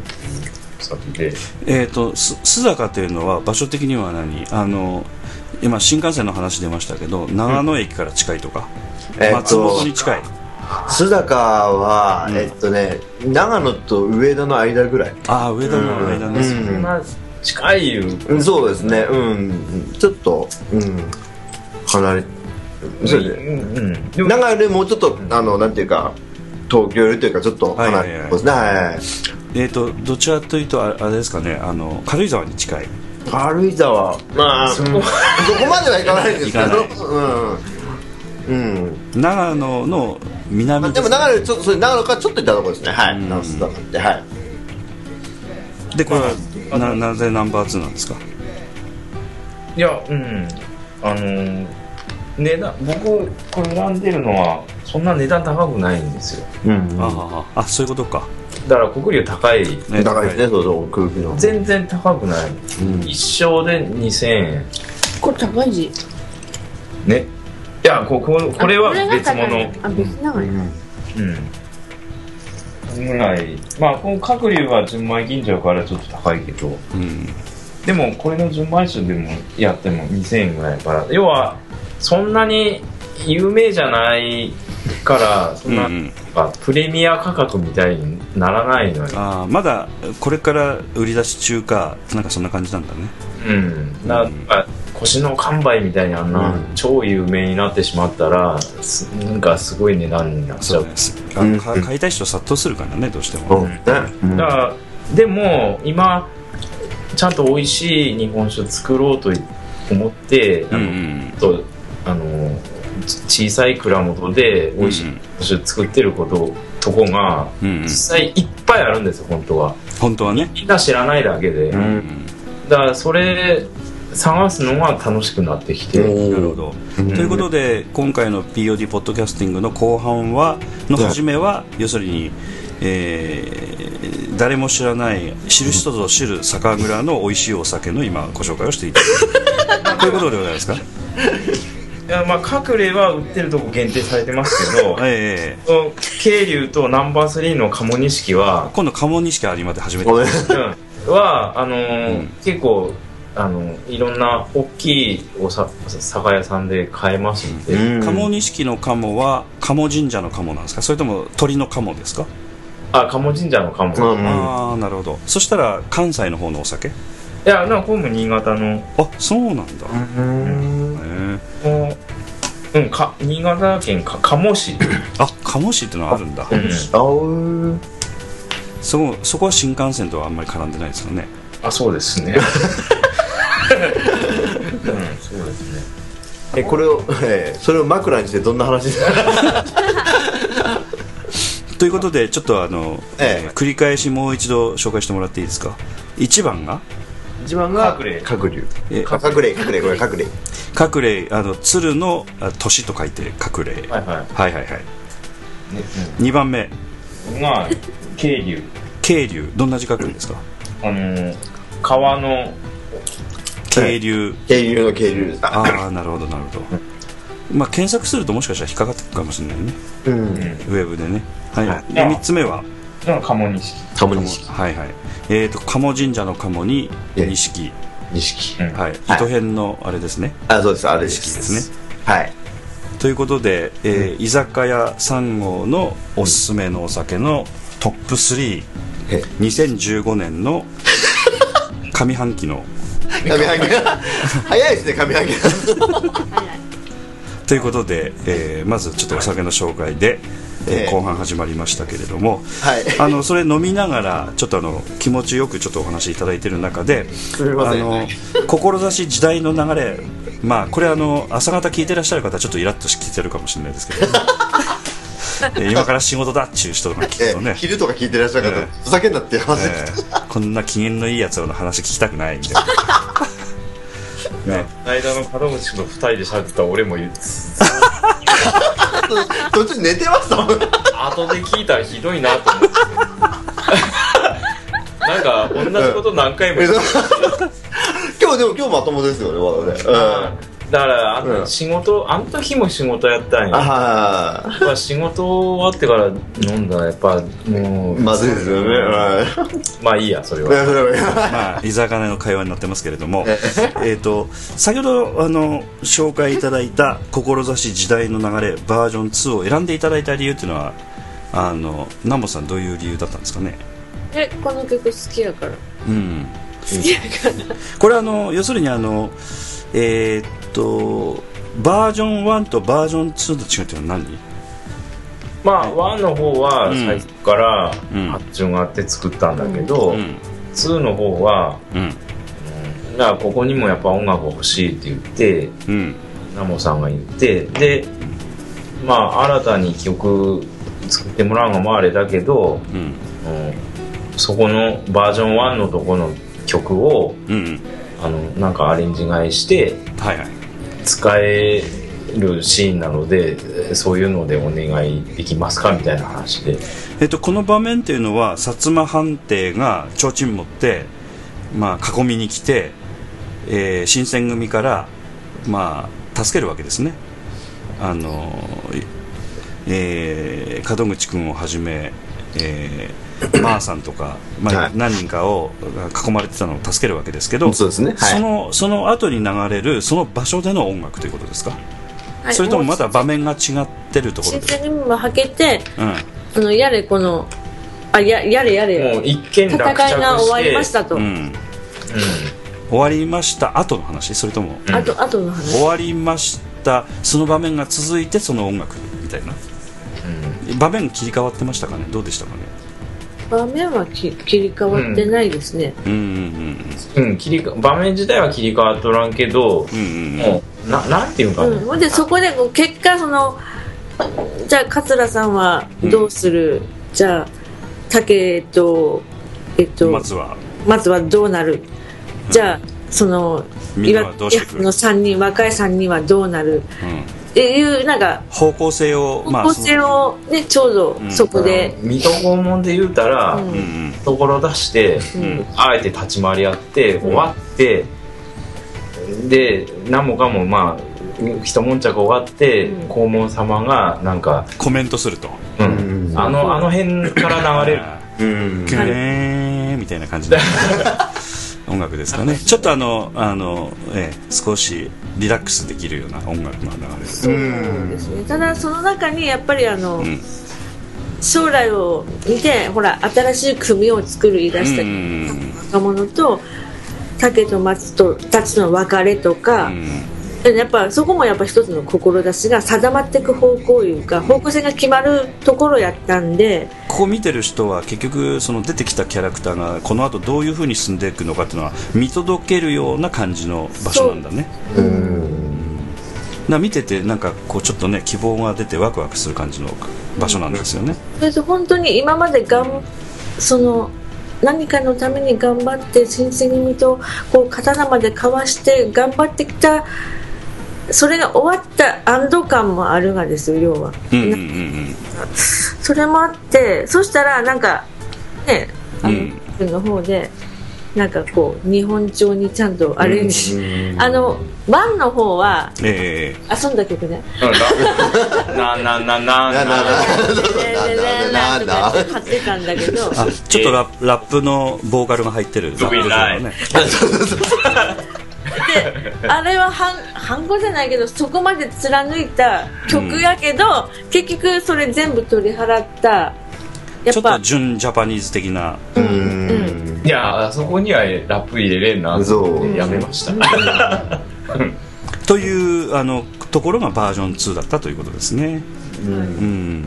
S6: 酒で
S4: えー、とす須坂というのは場所的には何あの今新幹線の話出ましたけど長野駅から近いとか、
S5: えっと
S4: 松本に近い
S5: 須坂は、
S4: うん
S5: えっとね長野と上田の間ぐらい、
S4: ああ上田の間で
S5: う
S4: す、
S5: ん
S6: そんな近いいう
S5: うんそうですねうんちょっとうん離れそうですね
S6: うんうんでも
S5: 長野よりもうちょっとあのなんていうか東京よりというかちょっと離れてますねはいはいはい
S4: えー、とどちらというとああれですかねあの軽井沢に近い
S5: 軽井沢まあそこそこまではいかないですけ
S4: 行かない
S5: どうんうん
S4: 長野の
S5: まあ、
S4: 南で
S5: でも
S4: す
S5: 長野よりちょっとそれ長野からちょっと行ったところですねはい
S4: うん
S5: 長野須坂ってはい
S4: でこれはななぜナンバー2なんですか
S6: いやうんあのー値段僕これ選んでるのはそんな値段高くないんですよ
S5: うん
S4: あーあそういうことか、
S6: だから国流高い
S4: ね
S5: 高いですねそうそう空気の
S6: 全然高くない、
S5: うん
S6: 一生で2000円
S3: これ高い字
S6: ねいやこここれは別物
S3: あ別なのよ
S6: うんぐらいまあこの角竜は純米吟醸からちょっと高いけど
S4: うん、
S6: でもこれの純米酒でもやっても2000円ぐらいから要はそんなに有名じゃないからそんな、
S4: うんうん
S6: なんかプレミア価格みたいにならないのよ、
S4: あーまだこれから売り出し中かなんかそんな感じなんだね
S6: うん、なんか腰の完売みたいにあんな、
S5: うん
S6: 超有名になってしまったらすなんかすごい値段になっち
S4: そ
S6: ゃ
S4: ううですあのか
S5: うん
S4: 買いたい人殺到するからねどうしても、
S5: うんねうん
S6: だからでも今ちゃんと美味しい日本酒を作ろうと思って、あ
S4: うんう
S6: の
S4: ん、
S6: ちょっとあのち小さい蔵元で美味しい日本酒を作ってることとこが
S4: うんうん
S6: 実際いっぱいあるんですよ本当は
S4: 本当はね、
S6: みんな知らないだけで、
S5: ん
S6: だからそれ探すのが楽しくなってきて、
S4: なるほど、ということで今回の POD ポッドキャスティングの後半はの初めは要するに、えー誰も知らない知る人ぞ知る酒蔵の美味しいお酒の今ご紹介をしていただくということでございますか
S6: いやまあ隠れは売ってるとこ限定されてますけど
S4: ええ
S6: その渓流とナンバースリーの鴨錦は
S4: 今度家紋錦有馬で初めて
S5: ごめん
S6: うんはあのー
S4: うん
S6: 結構あのいろんな大きいおさ酒屋さんで買えますんで、
S5: うん
S4: 鴨錦の鴨は鴨神社の鴨なんですかそれとも鳥の鴨ですか、
S6: あ鴨神社の鴨、
S5: う
S6: い
S5: んうん
S4: ああなるほどそしたら関西の方のお酒
S6: やなんか今度新潟の
S4: あそうなんだ、ねえ
S6: もううんか新潟県か 鴨市、
S4: あ鴨市ってのはあるんだ、
S6: うん
S5: あう
S4: そこそこは新幹線とはあんまり絡んでないですよね
S6: あそうで すねうんそうですね
S5: えこれを、えーそれを枕にしてどんな話です か
S4: ということでちょっとあの、
S5: ええ
S4: えー繰り返しもう一度紹介してもらっていいですか1番が
S5: 一番が
S6: 隠れ
S5: 隠れ
S4: え
S5: あ隠れ隠れこれ隠れ
S4: 隠れあの鶴のあ年と書いて隠れ、
S6: はいは
S4: はいはいはい
S6: い、ね
S4: 2番目
S6: うん、が渓流
S4: 渓流どんな字書くんですか
S6: あのー川の
S4: 渓流
S5: 渓流の渓流です
S4: ああなるほどなるほどまあ検索するともしかしたら引っかかってくるかもしれないね
S5: うん
S4: ウェブでねはい、
S6: はい
S4: で3つ目は
S6: の鴨錦
S5: 鴨錦
S4: はいはいえっ、と鴨神社の鴨に
S5: ええ
S4: 錦
S5: 錦
S6: うん
S4: はい糸編のあれですね
S5: あそうですあれです
S4: 錦ですね
S5: はい
S4: ということで、えー居酒屋3号のおすすめのお酒のトップ3
S5: え
S4: 2015年の上半期の
S5: 上半期早いですね上半期
S4: ということで、えーまずちょっとお酒の紹介で、えー
S5: ええ
S4: 後半始まりましたけれども、
S5: はい
S4: あのそれ飲みながらちょっとあの気持ちよくちょっとお話いただいてる中で「
S5: みません
S4: の志時代の流れ」まあこれあの朝方聞いてらっしゃる方はちょっとイラッとして聞いてるかもしれないですけど えー今から仕事だっちゅう人が聞く
S5: え
S4: と ね、
S5: 昼とか聞いてらっしゃる
S4: え
S5: 方
S4: え
S5: ふざけんなって話
S4: えーこんな機嫌のいいやつらの話聞きたくないみたい な。ね、
S6: 間の門口と二人で喋ってた俺も言う
S5: 途中寝てましたもん
S6: 後で聞いたらひどいなと思ってなんか同じこと何回も言って
S5: 今日でも今日まともですよね我々うん
S6: だからあん
S5: うん
S6: た仕事あん時も仕事やったんや
S5: ああ
S6: やっぱ仕事終わってから飲んだらやっぱもう
S5: まずいですよねうん
S6: まあいいやそれは
S5: は
S4: まあ、居酒屋の会話になってますけれども、 えー、と先ほどあの紹介いただいた「志時代の流れ」バージョン2を選んでいただいた理由っていうのはあの南本さんどういう理由だったんですかね
S3: えこの曲好きやから
S4: うんこれあの要するにあのえーっとバージョン1とバージョン2の違いっていうのは何
S6: まあ1の方は
S4: うん
S6: 最初から
S4: うん
S6: 発注があって作ったんだけど、
S4: うん
S6: 2の方は
S4: うん
S6: だからここにもやっぱ音楽欲しいって言って
S4: うん
S6: ナモさんが言ってでまあ新たに曲作ってもらうのもあれだけど、
S4: うん
S6: うんそこのバージョン1のとこの曲を
S4: うん
S6: あのなんかアレンジ替えして
S4: はいはい
S6: 使えるシーンなのでそういうのでお願いできますかみたいな話で
S4: えっと、この場面っていうのは薩摩藩邸が提灯持って、まあ、囲みに来て、えー新選組から、まあ、助けるわけですねあの、いえー門口君をはじめ、えーマーさんとか、まあ
S5: はい
S4: 何人かを囲まれてたのを助けるわけですけど
S5: いそうですね
S4: そ
S5: はい
S4: のその後に流れるその場所での音楽ということですか、
S3: はい
S4: それともまた場面が違ってるとこ
S3: 新
S4: ろです
S3: 鮮にも履けて
S4: う
S3: あ
S4: ん
S3: のやれこのあややれやれ
S6: もう一見落着して
S3: 戦いが終わりましたと、
S4: うん
S6: う
S4: 終わりました後の話それとも
S6: ん
S3: あとあとの話
S4: 終わりましたその場面が続いてその音楽みたいな場面切り替わってましたかねどうでしたかね
S3: 場面はき切り替わってないですね、
S4: うんうん
S6: ん、うん、切り替場面自体は切り替わっとらんけ
S4: う
S6: ど
S4: んう、んうん
S6: もうななんていうかね、
S3: うん、でそこでこう結果そのじゃあ桂さんはどうする、じゃあ竹とえっ
S4: う
S3: と
S4: んまずは
S3: 松はどうなるじゃあその
S4: みんなはどうしてくる
S3: 岩手の3人若い3人はどうなる
S4: うん
S3: っていうなんか
S4: 方向性をま
S3: 方向
S4: あ
S3: 性をねちょうどそこで、
S6: 水戸黄門で言うたら、
S3: うん
S4: そのうん
S6: ところ出して、
S4: うん
S6: あえて立ち回り合って終わって、で何もかもまあ一悶着終わって、
S3: うん
S6: 黄門様がなんか、
S4: コメントすると
S6: うん
S5: うん
S6: あのあの辺から流れる
S5: うん
S4: キューンみたいな感 じの音楽ですかねちょっとあのあの、ええ少しリラックスできるような音楽が流れる
S3: そうなんですねただその中にやっぱりあの、
S4: ん
S3: 将来を見てほら新しい組を作る言い出した
S4: うん
S3: 若者と竹と松とたちの別れとか、でやっぱそこもやっぱ一つの志が定まっていく方向いうか方向性が決まるところやったんで
S4: ここ見てる人は結局その出てきたキャラクターがこの後どういう風に進んでいくのかっていうのは見届けるような感じの場所なんだねな見ててなんかこうちょっとね希望が出てワクワクする感じの場所なんですよね、
S3: それと本当に今までがんその何かのために頑張って新選組とこう刀まで交わして頑張ってきたそれが終わった安堵感もあるがですよ要は。
S4: うん、うんうん
S3: それもあってそしたらなんかねあの、
S4: うん
S3: 自分の方でなんかこう日本調にちゃんとアレンジ、あのワンの方は
S4: ええ
S3: 遊んだ曲ね
S6: うん な
S5: な
S6: ななな
S5: な
S6: な
S5: な
S3: 「ねえねえねえな
S5: な
S3: あ」とか
S5: な
S3: って貼ってたんだけ ど
S4: あちょっとラップラップのボーカルが入ってるラップがね
S3: であれは反反抗じゃないけどそこまで貫いた曲やけど、結局それ全部取り払ったや
S4: ちょ
S3: っ
S4: っと
S3: ぱ
S4: 純ジャパニーズ的な
S5: うん
S6: いやあそこにはラップ入れれんな
S5: そう
S6: やめました
S4: というあのところがバージョン2だったということですね。うん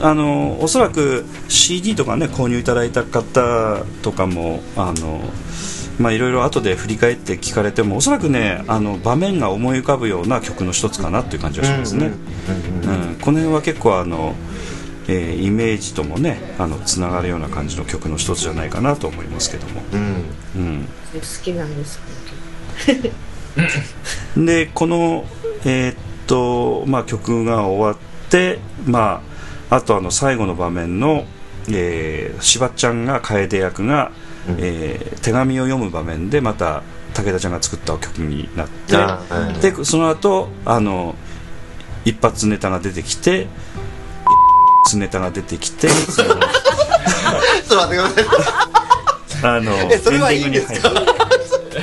S4: あのおそらく CD とかね購入いただいた方とかもあのまあいろいろ後で振り返って聞かれてもおそらくねあの場面が思い浮かぶような曲の一つかなという感じがしますね。うんこの辺は結構あの、えーイメージともねあのつながるような感じの曲の一つじゃないかなと思いますけども。
S5: うん
S4: うん
S3: 好きなん です
S4: でこの、えーっとまあ、曲が終わって、まあ、あとあの最後の場面の、えー、しばちゃんが楓役が、えー手紙を読む場面でまた武田ちゃんが作った曲になって
S5: あはい
S4: でその後あの一発ネタが出てきてネタが出てき てその
S5: ちょっと待ってください
S4: あの
S5: えそれはいいんですか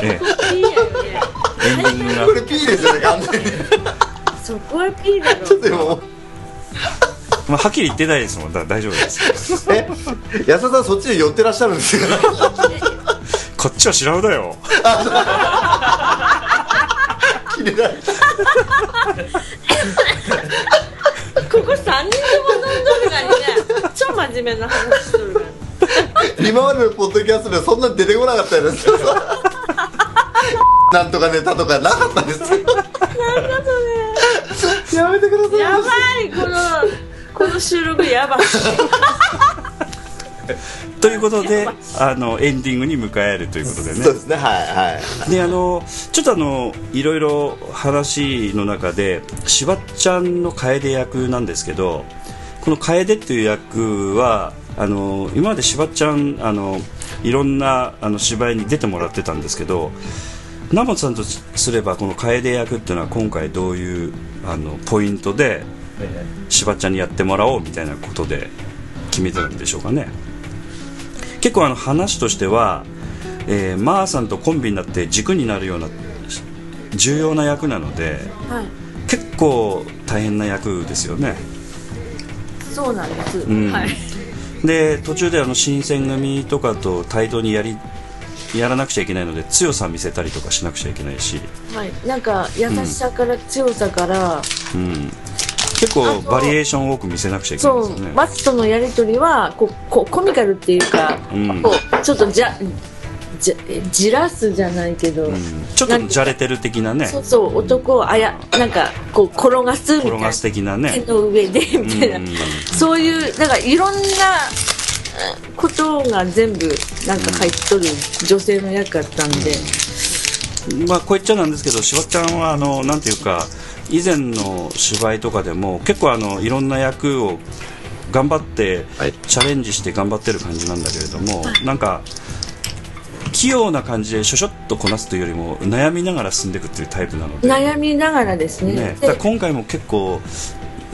S4: エンディングに入るえ
S3: いいやよね
S4: えエンディングが
S5: これ P ですよね完全に
S3: そこは P だろ
S5: でも
S4: まあ、はっきり言ってないですもんだから大丈夫です
S5: え安田さんそっちに寄ってらっしゃるんですよ
S4: こっちは知らんだよ
S5: 切れない
S3: ここ3人とも飲んどるがにね超真面目な話しとるがに
S5: 今までのポッドキャストではそんな出てこなかったですよなんとかネタとかなかったですよやめてください
S3: やばいこのこの収録やばい
S4: ということであのエンディングに迎えるということで
S5: そう
S4: ね
S5: ですねはいは い
S4: であのちょっとあのいろいろ話の中でしばっちゃんの楓役なんですけどこの楓っていう役はあの今までしばっちゃんあのいろんなあの芝居に出てもらってたんですけどナモさんとすればこの楓役っていうのは今回どういうあのポイントでしばっちゃんにやってもらおうみたいなことで決めてたんでしょうかね結構あの話としては、えーマーさんとコンビになって軸になるようなし重要な役なので
S3: はい
S4: 結構大変な役ですよね
S3: そうなんです、
S4: ん
S3: はい
S4: で途中であの新選組とかと対等にやりやらなくちゃいけないので強さ見せたりとかしなくちゃいけないし、
S3: はいなんか優しさから強さから、
S4: うん、結構バリエーション多く見せなくちゃいけない
S3: そ
S4: ですよ
S3: う
S4: ね
S3: マツとのやり取りはこうこうコミカルっていうか、
S4: うん
S3: こうちょっとじゃじゃじらすじゃないけど、
S4: うんちょっとじゃれてる的なね
S3: そうそう男をあやなんかこう転がすみたい
S4: 転
S3: な
S4: がす的なね
S3: 手の上でみたいな、
S4: うん
S3: そういうなんかいろんなうんことが全部なんか入っとる女性の役だったんで、
S4: まあ、こう言っちゃなんですけど、しばちゃんはあのなんていうか、以前の芝居とかでも、結構あのいろんな役を頑張って、
S5: はい
S4: チャレンジして頑張ってる感じなんだけれども、なんか、器用な感じでしょしょっとこなすというよりも悩みながら進んでいくっていうタイプなので
S3: 悩みながらですね
S4: ね、だから
S3: で
S4: 今回も結構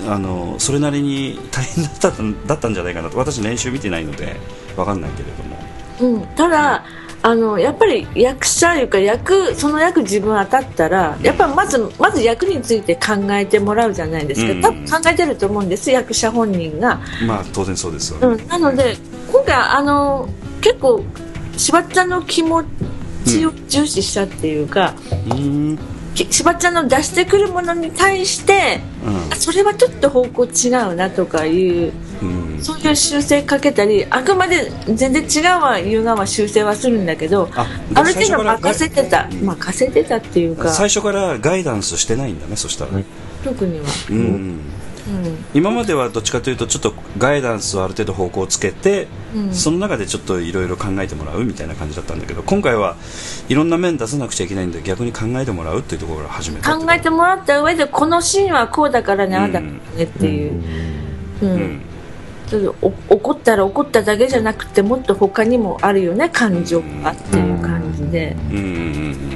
S4: あのそれなりに大変だっただったんじゃないかなと私練習見てないのでわかんないけれども
S3: うん、ただあのやっぱり役者いうか役その役自分当たったらやっぱまずまず役について考えてもらうじゃないですか、
S4: うん
S3: 多分考えてると思うんです役者本人が、
S4: まあ当然そうですよね、
S3: うん、なので今回あの結構柴田の気持ちを重視したっていうか、
S4: うん
S3: き柴田の出してくるものに対してあそれはちょっと方向違うなとかいう
S4: うん
S3: そういう修正かけたりあくまで全然違うは言うがは修正はするんだけど
S4: あ
S3: ある程度任せてた
S4: うん
S3: 任せてたっていうか
S4: 最初からガイダンスしてないんだねそしたら、
S3: 特には、
S4: うん
S3: うん
S4: 今まではどっちかというとちょっとガイダンスをある程度方向をつけて、
S3: うん
S4: その中でちょっといろいろ考えてもらうみたいな感じだったんだけど今回はいろんな面出さなくちゃいけないんで逆に考えてもらうっていうところから始めた
S3: 考えてもらった上でこのシーンはこうだからねああだからねっていう、うん
S4: うん
S3: ちょっとお怒ったら怒っただけじゃなくてもっと他にもあるよね感情がっていう感じでや
S4: うんうんうんう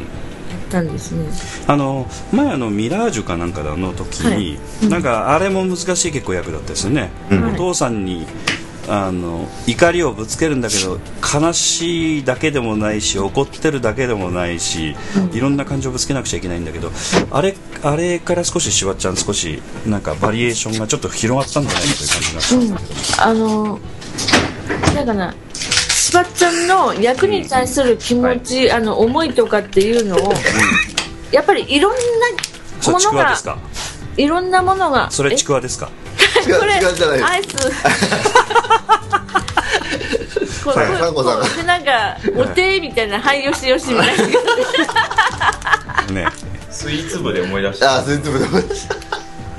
S4: ん
S3: ったんですね。
S4: あの前あのミラージュかなんかの時に、なんかあれも難しい結構役だったですよね、
S3: ん
S4: お父さんにあの怒りをぶつけるんだけど悲しいだけでもないし怒ってるだけでもないし、いろんな感情をぶつけなくちゃいけないんだけどあれあれから少ししわちゃん少しなんかバリエーションがちょっと広がったんじゃないかという感じがしたんだけど、
S3: あのなんかなスパちゃんの役に対する気持ち、あの思いとかっていうのをやっぱりいろんな
S4: それ
S3: も
S4: ち
S3: の
S4: くわ
S3: が
S4: ですか
S3: いろんなものが
S4: それちくわですか
S5: 違う
S3: これ
S5: 違うじゃないです
S3: アイ スこうこ
S5: はいサン
S3: う
S5: ゴさんが
S3: こうでなんかお手みたいな「はいよしよし」み たいな
S4: ね
S6: スイーツ部で思い出した
S5: あー、それつぶつぶ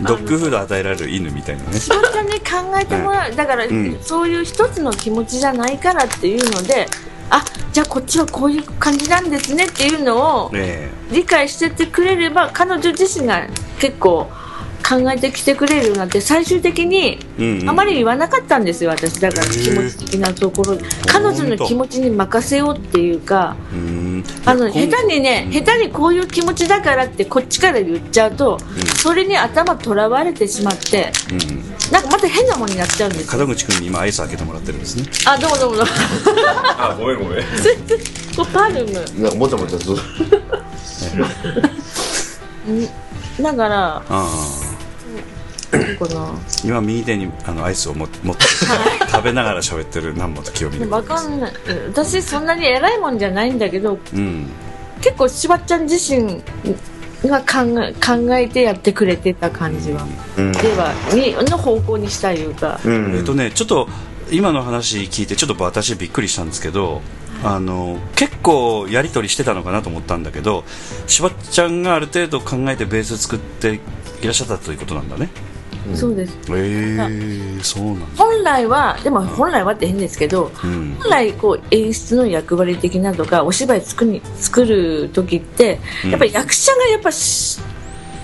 S4: ドッグフード与えられる犬みたいなね
S3: スパちゃんに考えてもらうだから、
S4: ん
S3: そういう一つの気持ちじゃないからっていうのであじゃあこっちはこういう感じなんですねっていうのを
S4: え
S3: 理解してってくれれば彼女自身が結構考えてきてくれるようになって最終的に
S4: うんうん
S3: あまり言わなかったんですよ、私だから
S4: へえ
S3: 気持ち的なところ彼女の気持ちに任せようっていうか
S4: えうん
S3: あの
S4: 今
S3: 下手にね下手にこういう気持ちだからってこっちから言っちゃうと、それに頭とらわれてしまって
S4: うん
S3: なんかまた変なものになっちゃうんですよ
S4: 門口君に今アイス開けてもらってるんですね
S3: あどうもどうもど うも
S6: あごめんごめん
S3: これパルム
S5: なんかもちゃもちゃする。
S3: だから
S4: ああ
S3: この
S4: 今右手にあのアイスをも持って食べながら喋ってる南本清美でご
S3: わ
S4: ざいま
S3: か
S4: す
S3: んない私そんなに偉いもんじゃないんだけど
S4: うん
S3: 結構しばっちゃん自身が考え考えてやってくれてた感じは、
S5: うん
S3: ではにの方向にしたいうか、
S5: う
S4: えっとねちょっと今の話聞いてちょっと私びっくりしたんですけどあの結構やり取りしてたのかなと思ったんだけどしばっちゃんがある程度考えてベース作っていらっしゃったということなんだね
S3: そうです
S4: へえそうなんだ
S3: 本来はでも本来はって変ですけど、
S4: うん
S3: 本来こう演出の役割的なとかお芝居作に作る時って
S4: うん
S3: やっぱり役者がやっぱし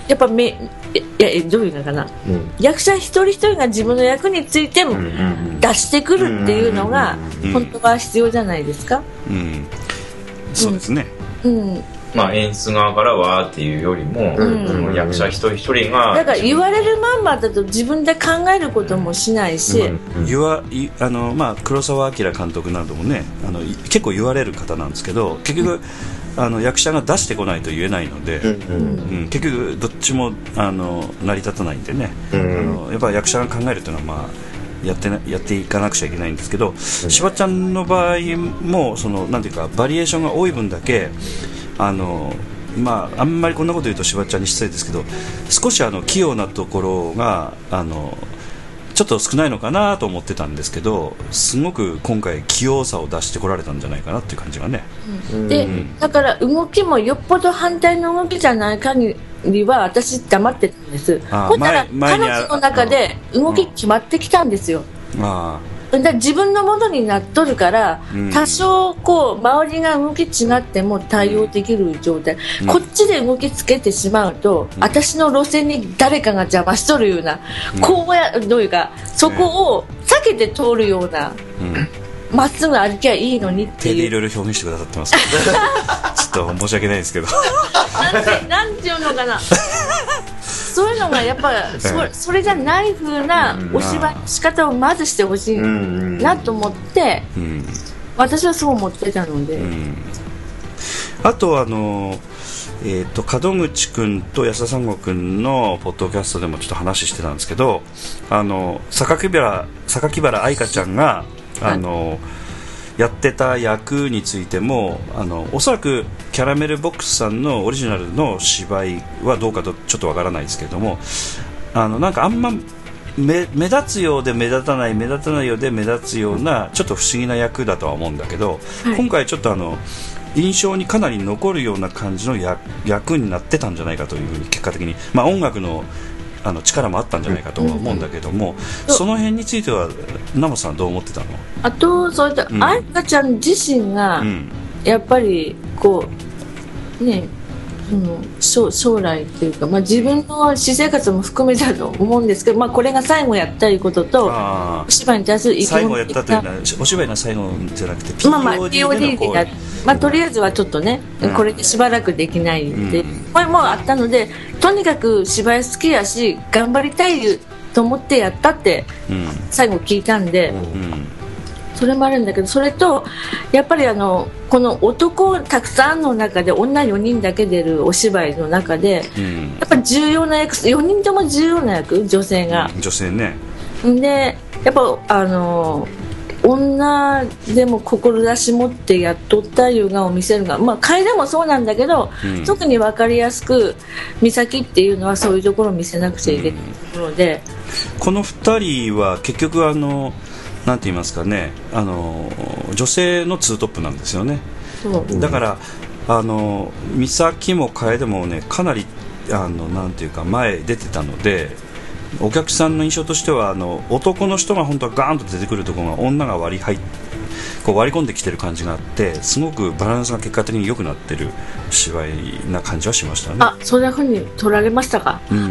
S3: やっぱめいやいやどういうのかな、
S5: うん
S3: 役者一人一人が自分の役についても出してくるっていうのが
S4: うん
S3: 本当は必要じゃないですか。
S4: うんそうですね、
S3: うん、
S6: まあ演出側からはっていうよりも、
S5: ん
S6: その役者一人一人が
S3: だから言われるまんまだと自分で考えることもしないし、
S4: 言わいあのまあ、黒澤明監督などもねあのい結構言われる方なんですけど結局、あの役者が出してこないと言えないので、うん結局、どっちもあの成り立たないんでね、あのやっぱり役者が考えるというのは、まあ、やってなやっていかなくちゃいけないんですけどしば、ちゃんの場合もそのなんていうかバリエーションが多い分だけあのまあ、あんまりこんなこと言うとしばちゃんに失礼ですけど少しあの器用なところがあのちょっと少ないのかなと思ってたんですけどすごく今回器用さを出してこられたんじゃないかなっていう感じがね
S3: でだから動きもよっぽど反対の動きじゃない限りは私黙ってたんです
S4: あー
S3: ほんなら
S4: 前前
S3: 彼
S4: にあ
S3: 女の中で動き決まってきたんですよ、
S4: あ
S3: だから自分のものになっとるから、
S4: うん
S3: 多少こう周りが動き違っても対応できる状態、
S4: うん
S3: こっちで動きつけてしまうと、私の路線に誰かが邪魔しとるような、こうやどういうかそこを避けて通るような、
S4: あ、うん、
S3: まっすぐ歩きゃいいのにって
S4: 手で
S3: い
S4: いうろいろ表現してくださってますけどちょっと申し訳ないですけど
S3: なんてなんていうの かなそういうのがやっぱそ
S4: ええ
S3: それじゃない風なお芝居の仕方をまずしてほしい
S5: うん
S3: なと思って
S4: うん
S3: 私はそう思ってたので、
S4: うんあとあのえっ、と門口君と安田三悟君のポッドキャストでもちょっと話してたんですけどあの榊原榊原愛香ちゃんがあの、やってた役についてもあのおそらくキャラメルボックスさんのオリジナルの芝居はどうかとちょっとわからないですけれどもあのなんかあんま目目立つようで目立たない目立たないようで目立つようなちょっと不思議な役だとは思うんだけど、今回ちょっとあの印象にかなり残るような感じの役役になってたんじゃないかというふうに結果的に、まあ、音楽のあの力もあったんじゃないかとは思うんだけども、その辺についてはナモさんどう思ってたの、
S3: あとそういった
S4: うん
S3: 愛花ちゃん自身が
S4: うん
S3: やっぱりこうねその将将来っていうか、まあ、自分の私生活も含めたと思うんですけど、まあ、これが最後やったいうことと
S4: あ
S3: お
S4: ー
S3: 芝居に対する意見
S4: 最後やったというのはお芝居の最後じゃなくて POD で
S3: まあまあ
S4: の
S3: POD で
S4: こう
S3: やる、まあ、とりあえずはちょっとね、これでしばらくできないんで、
S4: うん
S3: これもうあったのでとにかく芝居好きやし頑張りたいと思ってやったって
S4: うん
S3: 最後聞いたんで、
S4: うん
S3: それもあるんだけどそれとやっぱりあのこの男たくさんの中で女4人だけ出るお芝居の中で
S4: うん
S3: やっぱ重要な役4人とも重要な役女性が。
S4: 女性ね
S3: でやっぱあの女でも志持ってやっとったいうがを見せるが、まあ、楓もそうなんだけど、
S4: うん
S3: 特に分かりやすく美咲っていうのはそういうところを見せなくちゃいけないところで、
S4: この2人は結局あのなんて言いますかねあの女性のツートップなんですよね
S3: そう
S4: だからあの美咲も楓もねかなりあのなんていうか前へ出てたのでお客さんの印象としてはあの男の人が本当はガーンと出てくるところが女が割り入っこう割り込んできてる感じがあってすごくバランスが結果的に良くなってる芝居な感じはしましたね。
S3: あそんなふうに取られましたか
S4: うん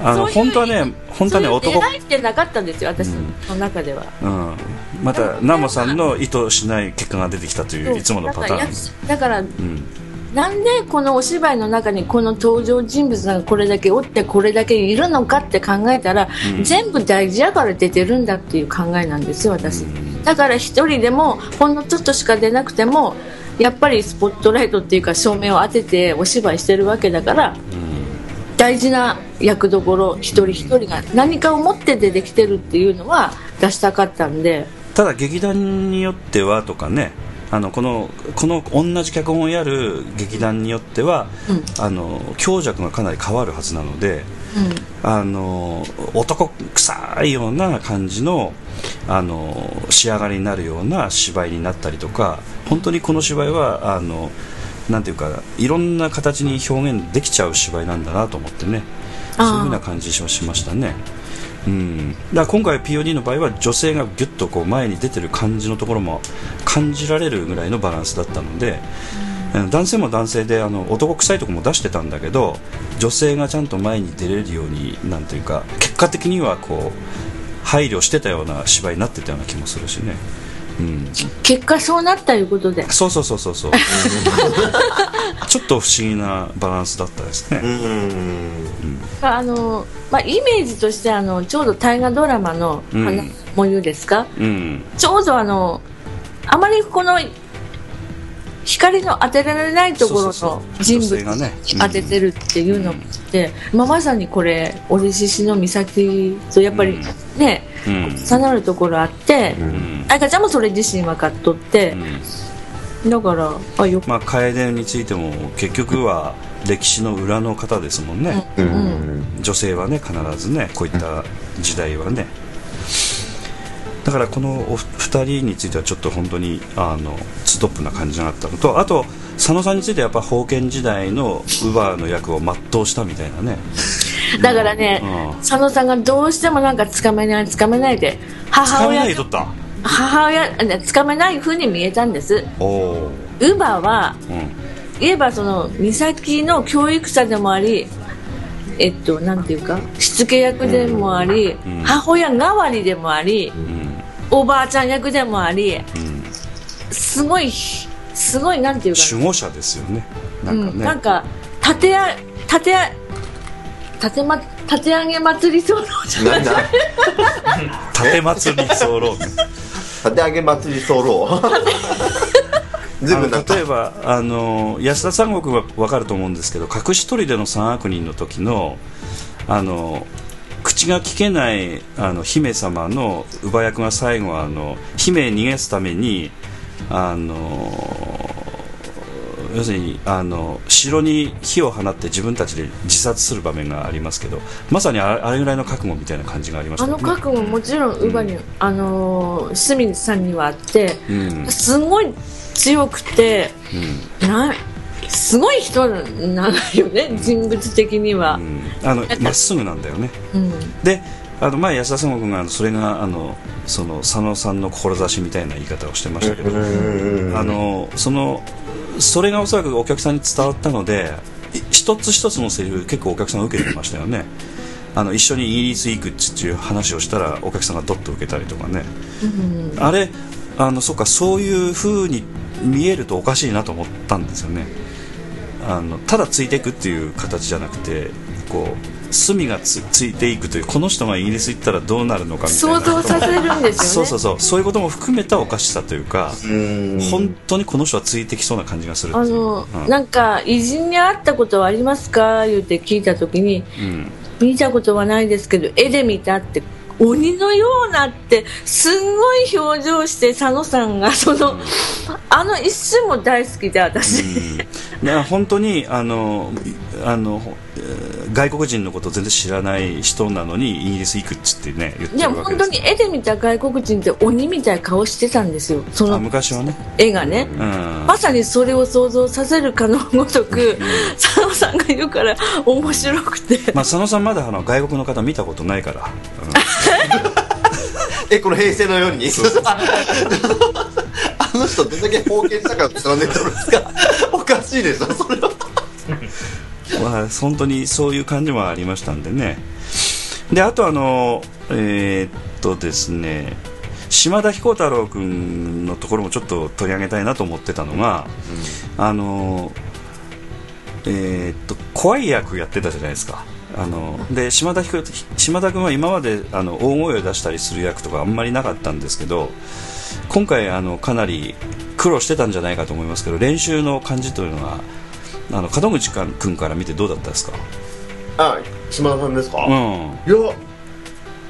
S4: あの
S3: そういう
S4: 本当はね本当
S3: そ
S4: はね
S3: ういう
S4: 男
S3: 出会いってなかったんですよ私の中では、
S4: うん、またナモさんの意図しない結果が出てきたといういつものパタ
S3: だから
S4: ー
S3: や
S4: ン、
S3: だから
S4: うん、
S3: なんでこのお芝居の中にこの登場人物がこれだけおってこれだけいるのかって考えたら、
S4: うん
S3: 全部大事やから出てるんだっていう考えなんですよ私、だから一人でもほんのちょっとしか出なくてもやっぱりスポットライトっていうか照明を当ててお芝居してるわけだから、大事な役どころ一人一人が何かを持って出てきてるっていうのは出したかったんで
S4: ただ劇団によってはとかねあのこのこの同じ脚本をやる劇団によっては、あの強弱がかなり変わるはずなので、あの男臭いような感じのあの仕上がりになるような芝居になったりとか本当にこの芝居はあのなんていうかいろんな形に表現できちゃう芝居なんだなと思ってねそういうふうな感じはしましたね。うん、だから今回 POD の場合は女性がギュッとこう前に出てる感じのところも感じられるぐらいのバランスだったので、うん男性も男性であの男臭いとこも出してたんだけど女性がちゃんと前に出れるようになんていうか結果的にはこう配慮してたような芝居になってたような気もするしね、うん、
S3: 結果そうなったいうことで
S4: そうそうそうそう そうちょっと不思議なバランスだったですね、
S3: あのまあ、イメージとしてあのちょうど大河ドラマの「
S4: うん
S3: 花もゆ」ですか、
S4: うん
S3: ちょうどあのあまりこの光の当てられないところ
S4: そうそう
S3: の
S4: そう
S3: 人
S4: 女
S3: 物
S4: 性がね
S3: に当ててるっていうのもあって、まあ、まさにこれ折ししの岬とやっぱりね、
S4: うん
S3: 重なるところあって、
S4: うん
S3: 愛花ちゃんもそれ自身分かっとって
S4: う、ん
S3: だからあよく、
S4: まあ、楓についても結局は歴史の裏の方ですもんね、
S5: うん
S4: 女性はね必ずねこういった時代はねだからこのお二人についてはちょっと本当にあのストップな感じがあったのとあと佐野さんについてはやっぱ封建時代のウバーの役を全うしたみたいなね
S3: だからね、
S4: うん
S3: 佐野さんがどうしてもなんかつかめないつかめないで
S4: 使
S3: 母
S4: め
S3: 親
S4: ないとった
S3: 母親あねつかめないふうに見えたんです
S4: おお
S3: ウバは
S4: ー、うん、
S3: 言えばその美咲の教育者でもありえっとなんていうかしつけ役でもあり、
S4: ん
S3: 母親代わりでもあり、
S4: うん
S3: おばあちゃん役でもあり、すごいすごいなんていうか
S4: 守護者ですよね
S3: な,、
S4: なんかね、
S3: うん、なんか立てあ立てあ立て,、ま、立て上げ祭りそうじゃない
S5: なんだ
S4: 立松に候ね
S5: 立て上げ祭り候全部な
S4: あ
S5: ん
S4: の
S5: か
S4: 例えばあの安田三国は分かると思うんですけど隠し砦の三悪人の時のあの口が聞けないあの姫様の乳母役が最後はあの姫へ逃がすためにあの要するにあの城に火を放って自分たちで自殺する場面がありますけどまさにあれあれぐらいの覚悟みたいな感じがありまし
S3: あ
S4: た
S3: の覚悟もちろん乳母に、あのー清水さんにはあって、
S4: うん
S3: すごい強くて、なすごい人なのよね人物的には、
S4: あのまっすぐなんだよね
S3: うん
S4: であの前安田さん君があのそれがあのその佐野さんの志みたいな言い方をしてましたけど、あのそのそれがおそらくお客さんに伝わったのでい一つ一つのセリフ結構お客さん受けてましたよねあの一緒にイギリス行くっていう話をしたらお客さんがドッと受けたりとかね、あれあのそっかそういう風に見えるとおかしいなと思ったんですよねあのただついていくっていう形じゃなくてこう隅がつついていくというこの人がイギリス行ったらどうなるのかみたい
S3: 想
S4: な
S3: 像させるんですよ
S4: そう
S3: ね
S4: そうそうそういうことも含めたおかしさというか本当にこの人はついてきそうな感じがするって
S3: あ
S4: いう
S3: の、
S4: うん
S3: なんか偉人に会ったことはありますか言って聞いた時に、
S4: ん
S3: 見たことはないですけど絵で見たって鬼のようなってすんごい表情して佐野さんがその、あの一瞬も大好きで私、
S4: だから本当にあのあの、えー外国人のことを全然知らない人なのにイギリス行くっつってね言って
S3: いや
S4: るわけ
S3: 本
S4: で
S3: 当
S4: す
S3: に絵で見た外国人って鬼みたいな顔してたんですよそ
S4: あ
S3: の
S4: 昔はね、
S3: 絵がね、
S4: うん、
S3: まさにそれを想像させるかのごとく佐野さんが言うから面白くて
S4: まあ、佐野さんまだあの外国の方見たことないから、
S5: えこの平成のようにあの人どんだけ冒険したか貫いてるんですかおかしいでしょそれは
S4: まあ、本当にそういう感じもありましたんでねであとあのえーっとですね島田彦太郎君のところもちょっと取り上げたいなと思ってたのが、あのえーっと怖い役やってたじゃないですかあので島田彦島田君は今まであの大声を出したりする役とかあんまりなかったんですけど今回あのかなり苦労してたんじゃないかと思いますけど練習の感じというのはあの門口君から見てどうだったですか、
S5: あ島田さんですか、
S4: うん、
S5: いや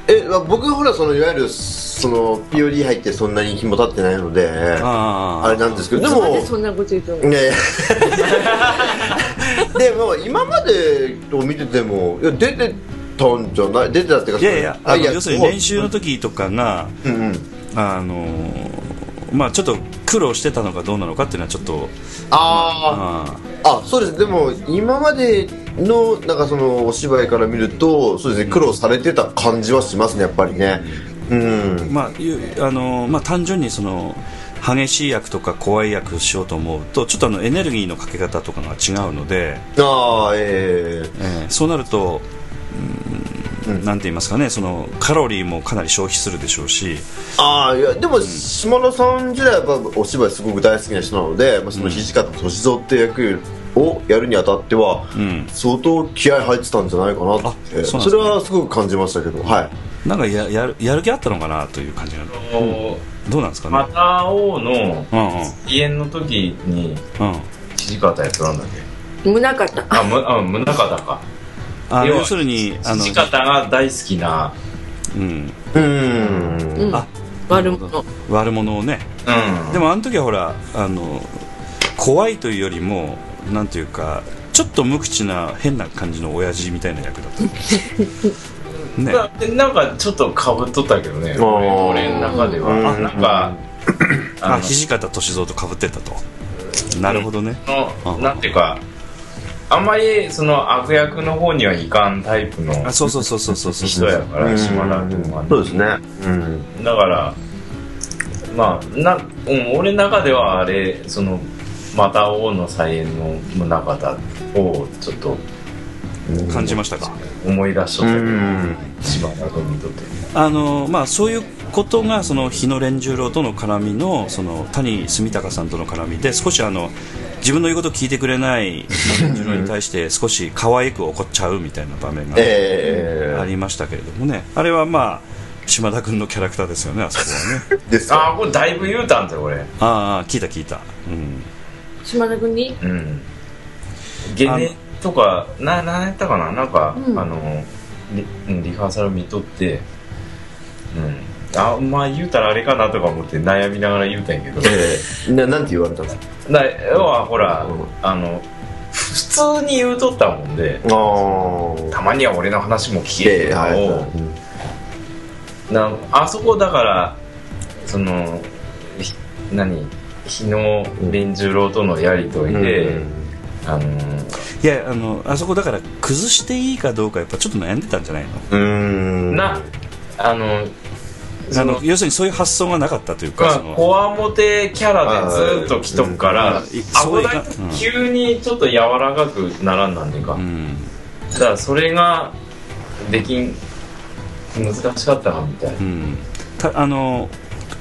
S5: えまあ僕ほらそのいわゆるその POD 入ってそんなに日も経ってないのであ
S4: あ
S5: れなんですけどで
S3: なんで
S5: も
S3: そんなこと言っての
S5: いやい やでも今までを見ててもいや出てたんじゃない出てたっていうか
S4: いやいや
S5: その
S4: あ
S5: あ
S4: の要するに
S5: こう
S4: 練習の時とかが、
S5: うんうん
S4: あのーまあ、ちょっと苦労してたのかどうなのかっていうのはちょっとあ
S5: あーあそうですでも今までのなんかそのお芝居から見るとそうですね苦労されてた感じはしますねやっぱりねうん
S4: ー、まあゆあのーまあ、単純にその激しい役とか怖い役しようと思うとちょっとあのエネルギーのかけ方とかが違うので、
S5: ああええ
S4: えーそうなると、うーんなんて言いますかねそのカロリーもかなり消費するでしょうし、
S5: ああいやでも島田さん自体はやっぱお芝居すごく大好きな人なので、まあ、その土方歳三って役をやるにあたっては、
S4: うん、
S5: 相当気合入ってたんじゃないかなって
S4: あそうなんですね
S5: それはすごく感じましたけどはい
S4: なんかややるやる気あったのかなという感じがどうなんですかね。
S6: また会おうの
S4: うんうん
S6: 家の時に
S4: うん
S6: 土方やつなんだっけ
S3: 胸方
S6: あむあ宗像か
S4: あの
S6: 要は
S4: 要するにあの、
S6: 土方が大好きな
S4: うん、
S5: うーん
S3: うん
S4: あ
S3: 悪者
S4: 悪者をね
S6: うん
S4: でもあの時はほらあの怖いというよりもなんていうかちょっと無口な変な感じの親父みたいな役だった ね
S6: ななんかちょっとかぶっとったけどね
S5: あー
S6: 俺俺の中では
S5: うん
S6: あなんかあ
S4: あ
S6: の
S4: 土方歳三と被ってたとなるほどね
S6: の
S4: うん
S6: なんていうかあんまりその悪役の方にはいかんタイプの
S4: あそうそうそうそうそうそう
S6: 人やから島田君はね
S5: そうですねうん
S6: だからまあな、うん、俺の中ではあれそのまた王の再演の宗方をちょっと
S4: 感じましたか
S6: 思い出しとったけ
S5: うん
S6: ど島田君にとって
S4: あのまあそういうことがその日野連十郎との絡みのその谷住隆さんとの絡みで少しあの自分の言うことを聞いてくれない日野連十郎に対して少し可愛く怒っちゃうみたいな場面が
S5: え
S4: ありましたけれどもねあれはまあ島田君のキャラクターですよねあそこ はね
S5: ー、ですよ
S6: ああこれだいぶ言うたんだよ俺
S4: ああ聞いた聞いたうん
S3: 島田君に
S6: うんゲネとかななんやったかななんか、
S3: うん
S6: あのリうんリハーサル見とってうんあまあ言うたらあれかなとか思って悩みながら言うたんやけど
S5: えー、ななんて言われたんですか
S6: だ要はほら、
S5: うん
S6: あの普通に言うとったもんで
S5: あー
S6: たまには俺の話も聞け
S5: え
S6: よ
S5: ー、はい、
S6: を
S5: うん
S6: なあそこだからそのひ何日野連十郎とのやりとりで、あの
S4: いやあのあそこだから崩していいかどうかやっぱちょっと悩んでたんじゃないの
S5: うんうん
S6: なあの
S4: あ
S6: その
S4: の要するにそういう発想がなかったという
S6: ま
S4: か
S6: あ
S4: その
S6: こわもてキャラでずっと来とくから、
S4: うんうん
S6: あこだけ
S4: うん
S6: 急にちょっと柔らかくならんなんていうか、
S4: うん
S6: だからそれができん難しかったなみたいな
S4: うんたあの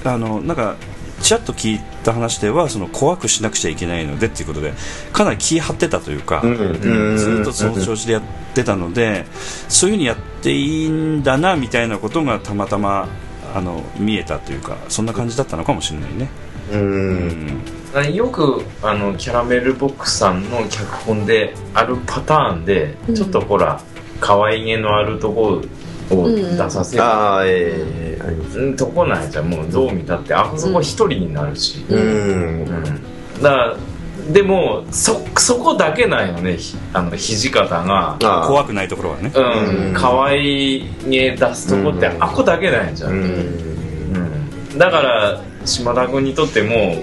S4: あのなんかちらっと聞いた話ではその怖くしなくちゃいけないのでっていうことでかなり気張ってたというか、
S5: うん
S4: ずっとその調子でやってたので、そういうふうにやっていいんだなみたいなことがたまたまあの見えたというかそんな感じだったのかもしれないね、う
S5: う
S4: んん
S6: あれよくあのキャラメルボックスさんの脚本であるパターンで、
S3: うん
S6: ちょっとほら可愛げのあるとこを出させる、
S5: ああええあります
S6: うんとこないじゃんもうどう見たってあそこ一人になるし、
S5: う
S6: うんんだからでもそそこだけなんよねひあの土方が。
S5: あー
S4: 怖くないところはね、
S6: う、
S5: うんん
S6: 可愛げ出すとこって
S5: うん
S6: あっこだけなんじゃ、
S5: うんん
S6: うん、だから島田君にとっても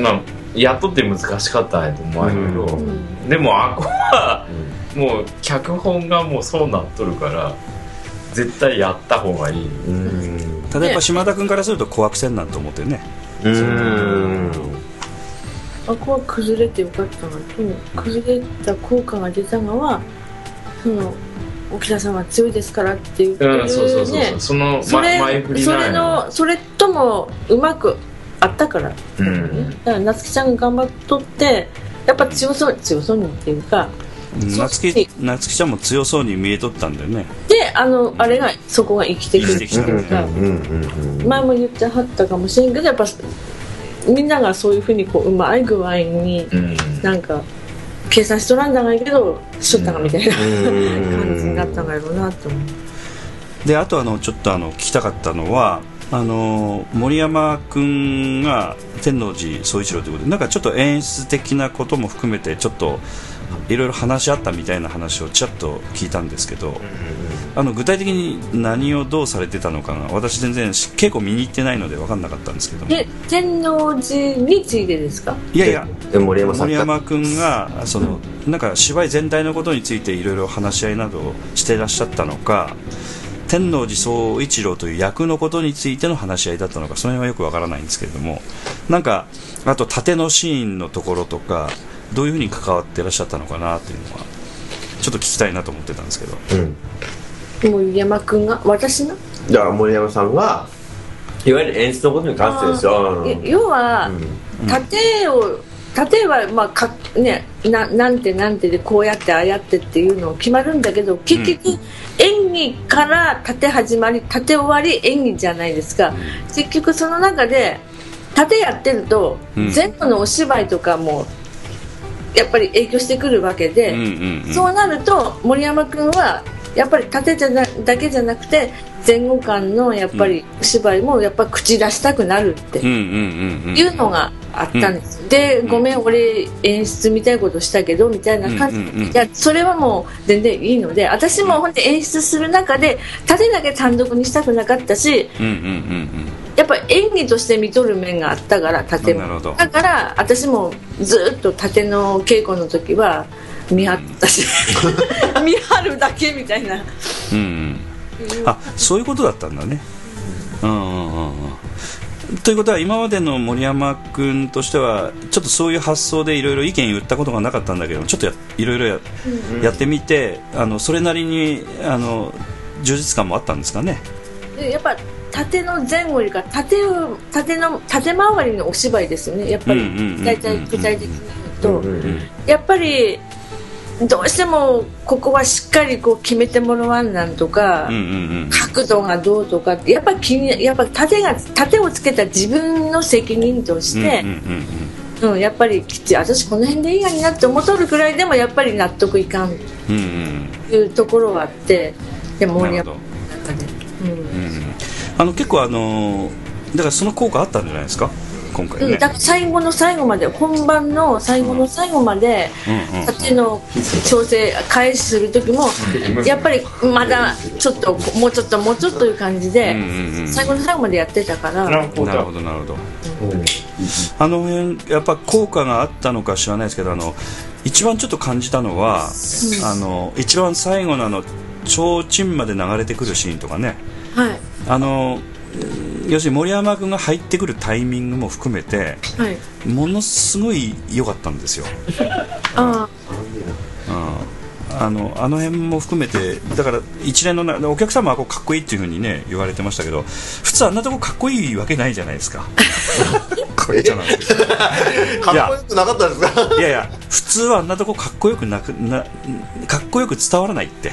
S6: まあやっとって難しかったんやと思うんやけど、
S5: うん
S6: でもあっこはもう脚本がもうそうなっとるから絶対やった方がいい
S5: うん
S4: 例えば島田君からすると怖くせんなんて思ってね
S5: うん
S3: あこは崩れてよかったのと崩れた効果が出たのはその沖田さんは強いですからって言って
S6: うん、そうそう
S3: る
S6: そうそう
S3: ね
S6: その、
S3: それ
S6: ま、前振り
S3: そ
S6: な
S3: れ
S6: んや
S3: のそれともうまくあったから、ね
S6: うん
S3: だから夏希ちゃんが頑張っとってやっぱ強そう強そうにっていうか
S4: うん
S3: そう
S4: 夏希夏希ちゃんも強そうに見えとったんだよね
S3: であのあれがそこが生きてく
S4: 生
S3: る
S4: きてきたんだよね
S5: うん
S3: 前も言ってはったかもしれんけどやっぱみんながそういうふうにこううまい具合に
S6: うん
S3: なんか計算しとらんだがいいけどしとったがみたいな感じになったんだろうなと思う
S4: であとあのちょっとあの聞きたかったのはあの森山君が天王寺宗一郎ということでなんかちょっと演出的なことも含めてちょっといろいろ話し合ったみたいな話をちらっと聞いたんですけどあの具体的に何をどうされてたのかな私全然し稽古見に行ってないので分かんなかったんですけども
S3: で天王寺についてですか
S4: いやいや
S5: え森山さん
S4: 森山君がそのなんか芝居全体のことについていろいろ話し合いなどをしていらっしゃったのか天王寺宗一郎という役のことについての話し合いだったのかその辺はよくわからないんですけれどもなんかあと盾のシーンのところとかどういうふうに関わっていらっしゃったのかなというのはちょっと聞きたいなと思ってたんですけど
S5: うん
S3: もう山くんが私の
S5: だから森山さんがいわゆる演出のことに関してですよ
S3: え要は盾を盾はまあかねななんてなんてでこうやってああやってっていうのを決まるんだけど結局演技から盾始まり盾終わり演技じゃないですか結局その中で盾やってると
S4: うん
S3: 全部のお芝居とかもやっぱり影響してくるわけ
S4: うんうん
S3: で
S4: うん
S3: そうなると森山君はやっぱり盾じゃなだけじゃなくて前後間のやっぱりお芝居もやっぱ口出したくなるって
S4: うんうんうんうん
S3: いうのがあったんです、でごめん俺演出みたいなことしたけどみたいな感じ、
S4: うんうんうん
S3: いやそれはもう全然いいので私も本当に演出する中で縦だけ単独にしたくなかったし
S4: うんうんうん
S3: やっぱ演技として見とる面があったから縦
S4: なるほ
S3: も
S4: ど
S3: だから私もずっと縦の稽古の時は見張った し見張るだけみたいな
S4: うんうんあそういうことだったんだねうんうんうんうんということは今までの森山君としてはちょっとそういう発想でいろいろ意見言ったことがなかったんだけどちょっとやいろいろや,、やってみてあのそれなりにあの充実感もあったんですかね
S3: でやっぱ縦の前後よりか縦を縦の縦回りのお芝居ですよねやっぱ
S4: うんうんうんうんう
S3: り
S4: ん
S3: 大体具体的に言うと、
S5: うん
S3: やっぱりどうしてもここはしっかりこう決めてもらわんなんとか、
S4: うんうん
S3: 角度がどうとかってやっぱり気にやっぱ縦が縦をつけた自分の責任と
S4: う
S3: し
S4: ん
S3: て、
S4: うんうん
S3: うんやっぱりきっちり私この辺でいいやになって思っとるくらいでもやっぱり納得いかん
S4: うんうん
S3: いうところはあってでも
S4: な
S3: や
S4: る
S3: っ
S4: ほ
S3: ぱ
S4: ど
S3: り、
S4: あの結構あのーだからその効果あったんじゃないですか今回
S3: うん
S4: ね
S3: だから最後の最後まで本番の最後の最後まで
S4: うんうん
S3: 縦の調整開始する時もやっぱりまだちょっともうちょっともうちょっという感じで
S4: うんうんうん
S3: 最後の最後までやってたから。
S6: なるほ
S4: なる
S6: ど
S4: ほどなるほど
S6: うん
S4: あの辺やっぱ効果があったのか知らないですけどあの一番ちょっと感じたのは、あの一番最後のあの提灯まで流れてくるシーンとかね
S3: はい
S4: あのうん要するに森山君が入ってくるタイミングも含めて
S3: はい
S4: ものすごい良かったんですよ、
S3: あ
S4: うん、あのあの辺も含めてだから一連のなお客様はこうかっこいいっていうふうにね言われてましたけど普通あんなとこかっこいいわけないじゃないですか これじゃなんですけど
S5: かっこよくなかったですか
S4: いやいや普通はあんなとこかっこよくなくなかっこよく伝わらないって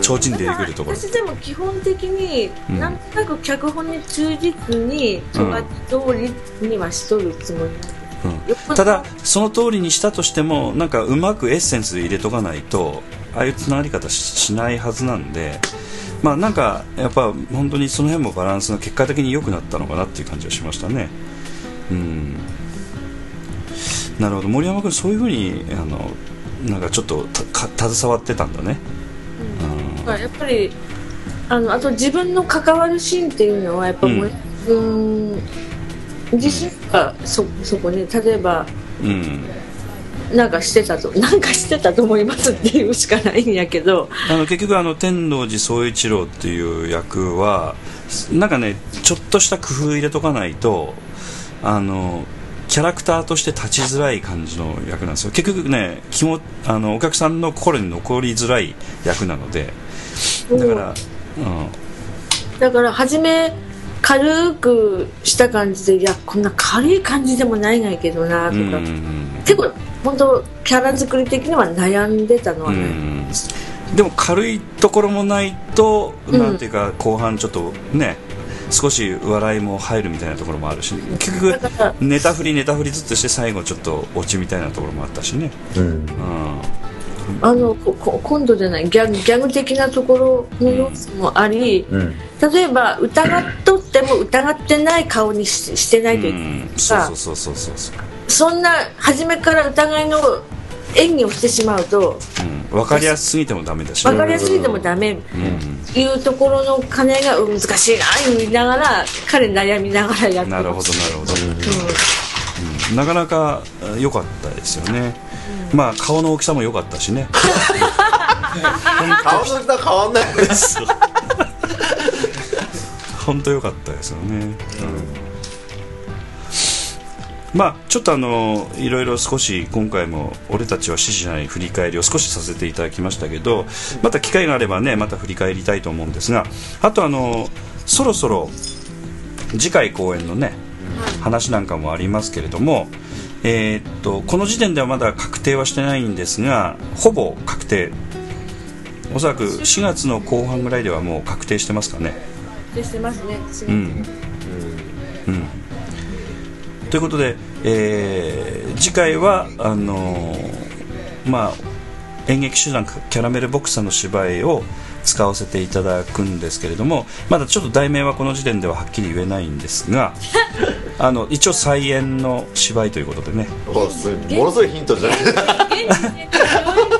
S4: 提灯
S3: あ
S4: で出てくるところ
S3: 私でも基本的に
S4: うん
S3: なんとなく脚本に忠実にとが通りにはしとるつもりなんですよっぽど
S4: ただその通りにしたとしてもなんかうまくエッセンスで入れとかないとああいうつながり方ししないはずなんでまあなんかやっぱ本当にその辺もバランスが結果的に良くなったのかなっていう感じはしましたねうんなるほど森山君そういうふうにあのなんかちょっとたか携わってたんだね
S3: だからやっぱりあのあと自分の関わるシーンっていうのはやっぱ
S4: うん
S3: もう、うーん、自身がそそこね例えば
S4: うん
S3: なんかしてたと なんかしてたと思いますっていうしかないんやけど
S4: あの結局あの天王寺宗一郎っていう役はなんかねちょっとした工夫入れとかないとあのキャラクターとして立ちづらい感じの役なんですよ結局ね気もあのお客さんの心に残りづらい役なのでだから、うん、
S3: だから初め軽くした感じでいやこんな軽い感じでもないがいけどなと
S4: うんう
S3: か、
S4: ん
S3: 結構本当キャラ作り的には悩んでたの
S4: う
S3: は
S4: んう
S3: ね、
S4: んでも軽いところもないと、
S3: ん
S4: なんていうか後半ちょっとね少し笑いも入るみたいなところもあるし結局
S3: だから
S4: ネタ振りネタ振りずっとして最後ちょっと落ちみたいなところもあったしね、うん、
S3: あのここ今度じゃないギャグギャグ的なところの要素もあり、例えば疑っとっても疑ってない顔にししてな
S4: う
S3: いといけない
S4: ん、
S3: とか
S4: そうそうそうそうそう、
S3: そんな初めから疑いの演技をしてしまうと
S4: うん、分かりやすすぎてもダメだし、
S3: 分かりやすぎてもダメいうところの兼ねがうん難しいな言いながら彼悩みながらやって
S4: なる
S3: ま
S4: ほ
S3: す
S4: どなるほど、うんなかなかえ良かったですよね、まあ顔の大きさも良かったしね
S5: 顔の人は変わんないです
S4: 本当良かったですよね、まあちょっとあのいろいろ少し今回も「俺たちは獅子じゃない」振り返りを少しさせていただきましたけどまた機会があればねまた振り返りたいと思うんですがあとあのそろそろ次回公演のね話なんかもありますけれども、えーっとこの時点ではまだ確定はしてないんですがほぼ確定おそらく4月の後半ぐらいではもう確定してますかね。
S3: でしてますね
S4: うんうんということで、えー次回はあのーまあ、演劇集団キャラメルボックスさんの芝居を使わせていただくんですけれどもまだちょっと題名はこの時点でははっきり言えないんです があの一応再演の芝居ということでね
S5: ものすごいヒントじゃない
S3: 現地で病院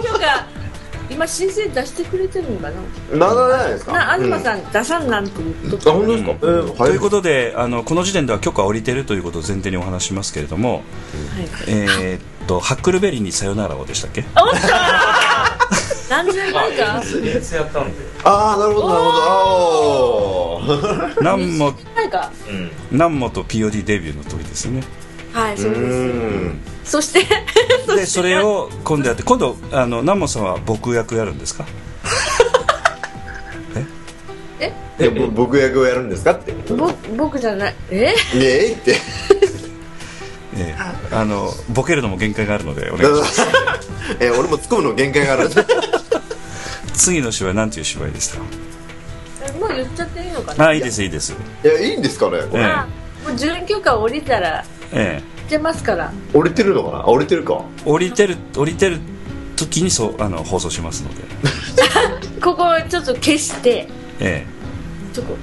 S3: 長が今申請出してくれてるのかな
S5: なんなんじゃないですか
S3: な東
S5: あ
S3: さん、出さんなんて言っとった
S5: 本当ですかえー
S4: と
S5: 早
S4: いう
S5: い
S4: ことであのこの時点では許可を下りているということを前提にお話ししますけれども、えーっとハックルベリーにさよならをでしたっけ
S3: 何年前
S6: あ
S3: か
S6: いついつやったんで
S5: ああなるほどなるほどあー
S4: 何も
S3: 前か
S6: うん
S4: 南本 POD デビューの時ですね
S3: はいそう
S5: う
S3: です
S5: ん
S3: そして
S4: でそれを今度やって今度あの南本さんは僕役やるんですかえ
S3: え
S5: えぼ僕役をやるんですかって「
S3: ぼ僕じゃないえ
S5: ねえ」 って
S4: ええあのボケるのも限界があるのでお願いします
S5: え俺も突っ込むの限界 がある
S4: 次の芝居なんていう芝居ですか
S3: えもう言っちゃっていいのかな
S4: あいいですいいです
S5: いやいいんですかねこ
S4: え
S5: れ
S4: え
S3: もう準許可降りたら
S4: え
S3: 来てますから
S5: 折れてるのかなあ折れてるか
S4: え降りてる降りてる時にそうあの放送しますので
S3: ここちょっと消して
S4: え
S3: ちょこ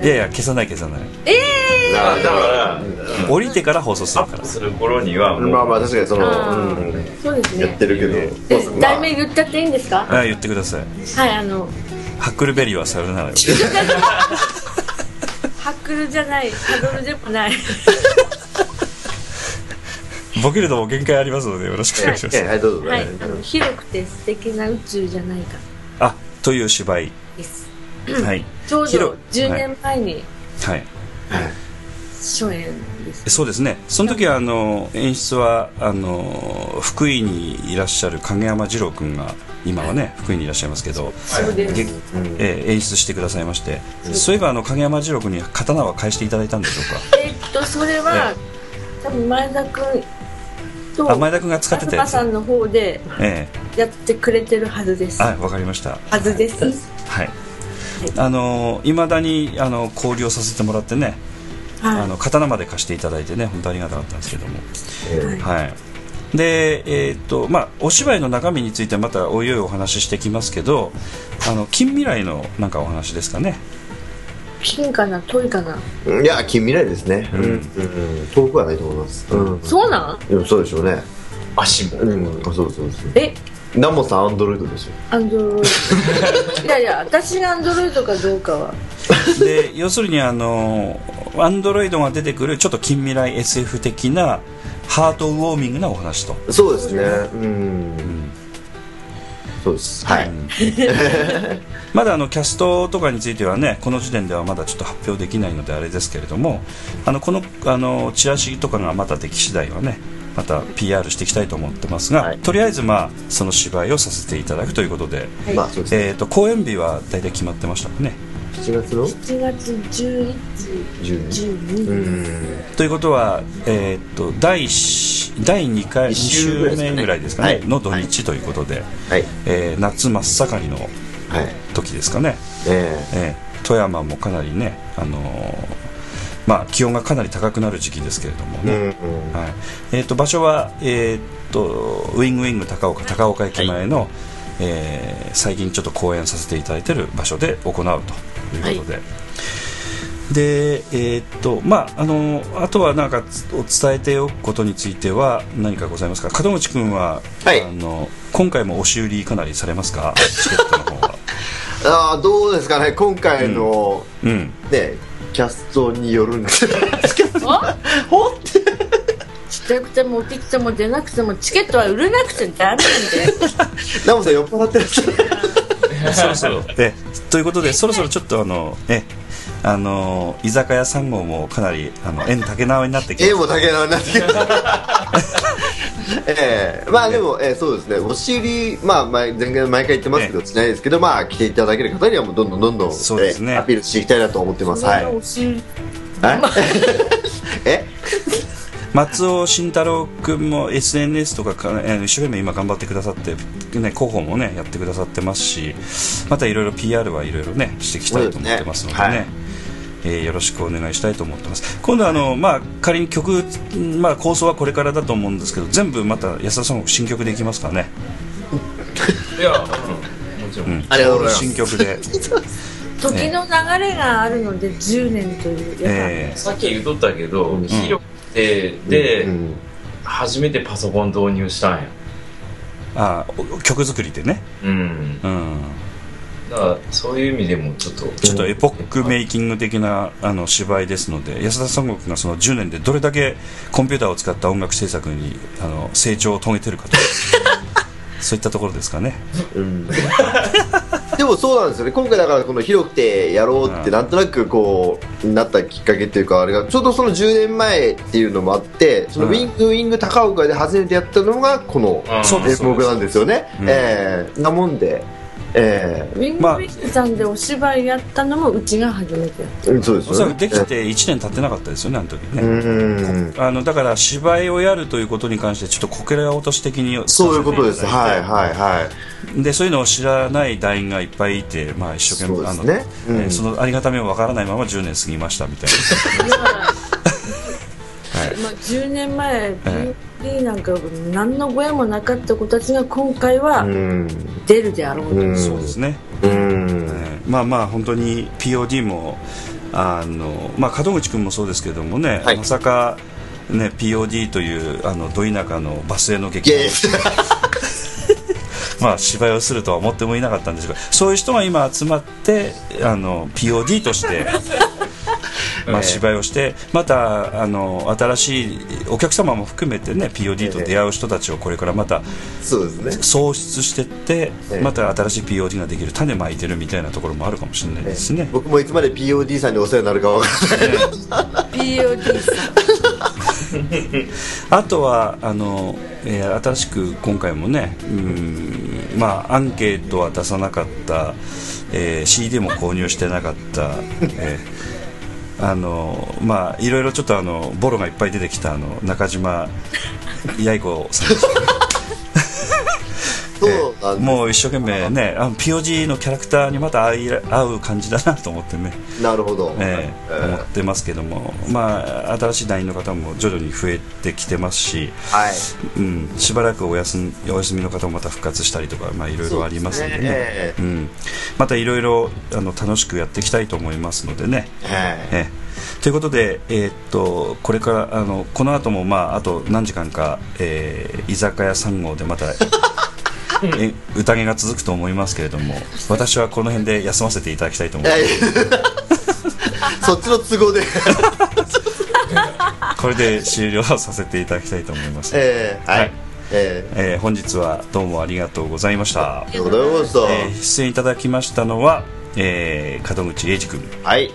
S4: えいやいや消さない消さない
S5: なる
S6: だから
S4: 降りてから放送す
S6: ア
S4: る
S6: ッ
S4: から
S6: プする頃には
S5: ほ
S6: も
S5: ど
S6: う、
S5: まあまあ確かにその、
S3: あー
S5: うんうん
S3: そうです
S5: やっ
S3: ね
S5: てるけど、
S3: え
S5: まあ
S3: 題名言っちゃっていいんですか
S4: ああ言ってください
S3: はいあの
S4: ハックルベリーはさよなら よ
S3: ハックルじゃないハドルでもない
S4: ボケるのも限界ありますのでよろしくお願いしま
S5: ええ
S4: す
S5: はいどうぞ、
S3: はいあの広くて素敵な宇宙じゃないか
S4: あという芝居
S3: です
S4: はい
S3: ちょうど
S4: 広
S3: 10年前に
S4: はい
S3: 初演です
S4: そうですねその時はあの演出はあの福井にいらっしゃる影山二郎君が今はね福井にいらっしゃいますけど、
S3: そうです
S4: げえー演出してくださいましてそういえばあの影山二郎君に刀は返していただいたんでしょう
S3: えーっとそれは多分前田君と
S4: かあ前田君が使ってたや
S3: 東
S4: つ
S3: さんの方で
S4: え
S3: やってくれてるはずで
S4: え
S3: すは
S4: はいわかりました
S3: ずです
S4: はいあのいまだにあの交流をさせてもらってねあ
S3: は
S4: の刀まで貸していただいてね本当ありがたかったんですけども
S3: い
S4: はい、で、えーっとまあ、お芝居の中身についてはまたおいおいお話ししてきますけどあの近未来のなんかお話ですかね、
S3: 金かなトイかな
S5: うんいや近未来ですね、うん
S4: ん
S5: うん遠くはないと思います、うん、
S3: そうなん
S5: でもそうでしょうね
S6: 足 も
S5: うんそうそうそう
S3: え
S5: ナモさんアンドロイドでしょ
S3: アンドロイドいやいや私がアンドロイドかどうかは
S4: で要するにあのアンドロイドが出てくるちょっと近未来 SF 的なハートウォーミングなお話と、
S5: そうですねうんそうですはい、
S4: うん まだあのキャストとかについてはねこの時点ではまだちょっと発表できないのであれですけれどもあのこのあのチラシとかがまたでき次第はねまた PR していきたいと思ってますが、
S5: はい
S4: とりあえず、まあ、その芝居をさせていただくということで、
S3: はい
S5: まあそうですね
S4: えー、と公演日は大体決まってましたかね。
S5: 7月の
S3: 7月11
S5: 12
S3: 12
S5: うん
S4: ということは、えー、と第し第2回2
S5: 一週ぐ
S4: 週
S5: らいですかね
S4: 目ぐらいですかね、
S5: はい
S4: の土日ということで、
S5: はい
S4: えー夏真っ盛りの
S5: はい
S4: 時ですかね。
S5: え
S4: ええ富山もかなりね、あのーまあ、気温がかなり高くなる時期ですけれども
S5: え
S4: ね、
S5: うん
S4: はいえー、と場所は、えー、とウィングウィング高岡高岡駅前の、えー最近ちょっと公演させていただいている場所で行うということで。でえーっとまあ、あのあとはなんかつお伝えておくことについては何かございますか門口君は、
S5: はい
S4: あの今回も押し売りかなりされますかチケットの方は、
S5: ああどうですかね今回の、
S4: うん、
S5: ねキャストによ るんですけど
S3: あちっちゃくても大きくても出なくてもチケットは売れなくちゃダメなんで
S5: ナモさん酔っ払ってらっしゃる
S4: そろそろえということでそろそろちょっとあのえあの居酒屋3号もかなりあの縁竹縄になってき
S5: 絵
S4: て
S5: も竹縄になってきました ええまあでも、ええそうですねお尻、まあ、前前回毎回言ってますけど、しないですけどまあ来ていただける方にはもうどんどんどんどん、
S4: そうですね
S5: ええアピールしていきたいなと思ってますはい
S3: お尻
S5: ええ
S4: 松尾慎太郎君も SNS とかか、えー一生懸命今頑張ってくださって、ね、広報もねやってくださってますしまたいろいろ PR はいろいろねしていきたいと思ってますのでね
S5: そうですね
S4: えーよろしくお願いしたいと思ってます今度はあの、まあ、仮に曲、まあ、構想はこれからだと思うんですけど全部また安田さんも新曲でいきますからね
S6: いや、うんもちろん、
S5: ありがとうございます
S4: 新曲 で、
S3: 時の流れがあるので10年というやっぱ
S4: え
S6: さっき言うとったけど、広くてで、
S5: うん
S6: 初めてパソコン導入したんや
S4: ー、あーお曲作りでね
S6: うん
S4: うん
S6: だからそういう意味でもちょっと
S4: ちょっとエポックメイキング的なあの芝居ですので安田三国がその10年でどれだけコンピューターを使った音楽制作にあの成長を遂げてる かとそういったところですかね
S5: うん、でもそうなんですよね今回だからこの広くてやろうってなんとなくこうなったきっかけっていうかあれがちょうどその10年前っていうのもあってそのウィングウィング高岡で初めてやったのがこの
S6: うん
S4: そうです
S5: 演目なんですよね、
S4: うん
S5: えーなもんでえ
S3: ウィングウィッグさんでお芝居やったのもうちが初めて
S5: えそうです
S4: おそ
S5: よ
S4: ら
S5: ね
S4: くできて1年経ってなかったですよねあの時
S5: う
S4: ね、
S5: ん
S4: あのだから芝居をやるということに関してちょっとこけら落とし的に
S5: そういうことですはいはいはい
S4: でそういうのを知らない団員がいっぱいいて、まあ、一生懸命
S5: そうですね
S4: あのえー
S5: うん
S4: そのありがたみもわからないまま10年過ぎましたみたい
S3: まあ、10年前、
S4: え
S3: B なんか何のご縁もなかった子たちが今回は
S5: うん
S3: 出るであろうと、
S5: う
S4: な、
S5: ん
S4: そうですね、
S5: うん
S4: えーまあまあ本当に POD もあの、まあ、門口君もそうですけどもね、
S5: はい
S4: まさか、ね、POD というあのど田舎のバスへの劇
S5: い
S4: 場
S5: やいや
S4: まあ、芝居をするとは思ってもいなかったんですがそういう人が今集まってあの POD と して。まあ、芝居をしてまたあの新しいお客様も含めてね POD と出会う人たちをこれからまた
S5: そうですね
S4: 創出してって
S5: ええ
S4: また新しい POD ができる種まいてるみたいなところもあるかもしれないですね。
S5: 僕もいつまで POD さんにお世話になるか分からない
S3: POD さん
S4: あとはあの、えー新しく今回もねうん、まあ、アンケートは出さなかった、えー CD も購入してなかった、えーあのまあ、いろいろちょっとあのボロがいっぱい出てきたあの中島八重子さんです
S5: そうなんです
S4: もう一生懸命ねあの POG のキャラクターにまた合い合う感じだなと思ってね、
S5: なるほど、
S4: ええ思ってますけども、まあ、新しい団員の方も徐々に増えてきてますし、
S5: はい
S4: うん、しばらくお休みお休みの方もまた復活したりとか、まあ、いろいろありますんでね
S5: そうですねえ
S4: う
S5: え
S4: ん、またいろいろあの楽しくやっていきたいと思いますのでね。
S5: は
S4: え
S5: い
S4: えということで、えーっとこれからあのこの後もまああと何時間か、えー居酒屋3号でまた え宴が続くと思いますけれども私はこの辺で休ませていただきたいと思いま
S5: はい そっちの都合で
S4: すこれで終了させていただきたいと思います、
S5: ええは
S4: はい
S5: いええ
S4: えー本日はどうもありがとうございました、
S5: ありがとうござ
S4: え
S5: いま
S4: ー
S5: し
S4: 出演いただきましたのは、えー門口英二君
S5: たはい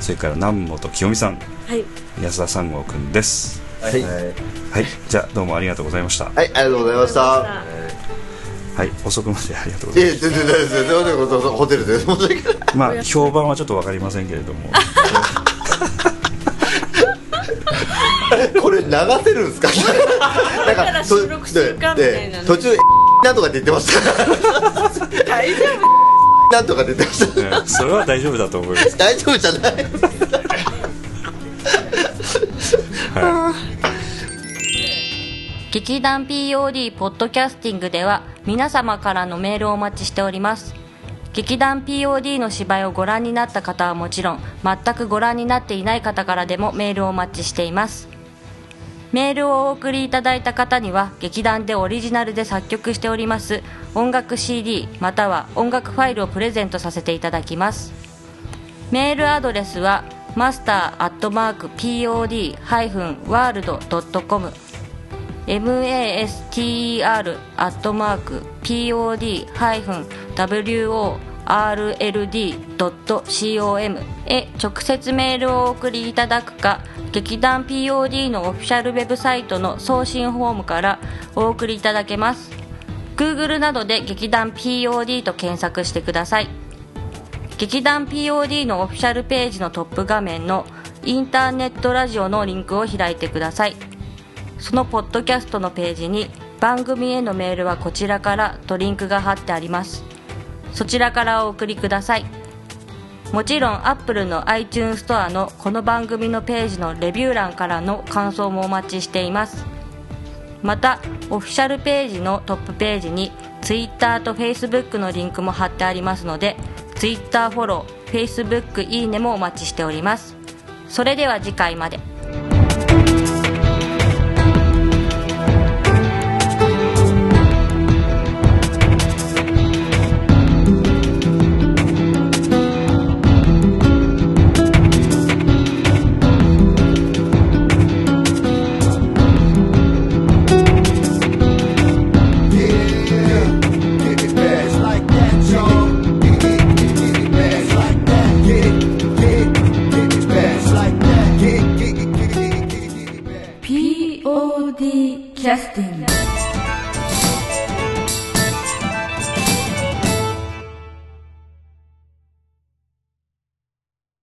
S4: それから南本清美さん
S3: はい
S4: 安田三郷君です
S5: はい
S4: はいじゃあどうもありがとうございました
S5: はいありがとうございました
S4: はい遅くまでありがとうございま
S5: い
S4: す
S5: や全然大丈夫です全然大丈夫ですホテルで申し訳ない
S4: まあ評判はちょっとわかりませんけれども
S5: これ流せるんですかなん
S3: だから収録しようかみたいなね
S5: 途中 なんとか出てました
S3: 大丈
S5: なんとか出てました
S4: うんそれは大丈夫だと思います
S5: 大丈夫じゃない
S2: 劇団 POD ポッドキャスティングでは皆様からのメールをお待ちしております劇団 POD の芝居をご覧になった方はもちろん全くご覧になっていない方からでもメールをお待ちしていますメールをお送りいただいた方には劇団でオリジナルで作曲しております音楽 CD または音楽ファイルをプレゼントさせていただきますメールアドレスはマスター @pod-world.com master.pod-world.com へ直接メールをお送りいただくか劇団 POD のオフィシャルウェブサイトの送信フォームからお送りいただけます Google などで劇団 POD と検索してください劇団 POD のオフィシャルページのトップ画面のインターネットラジオのリンクを開いてくださいそのポッドキャストのページに番組へのメールはこちらからとリンクが貼ってありますそちらからお送りくださいもちろん Apple の iTunes ストアのこの番組のページのレビュー欄からの感想もお待ちしていますまたオフィシャルページのトップページに Twitter と Facebook のリンクも貼ってありますので Twitter フォロー Facebook いいねもお待ちしておりますそれでは次回まで
S1: POD キャスティング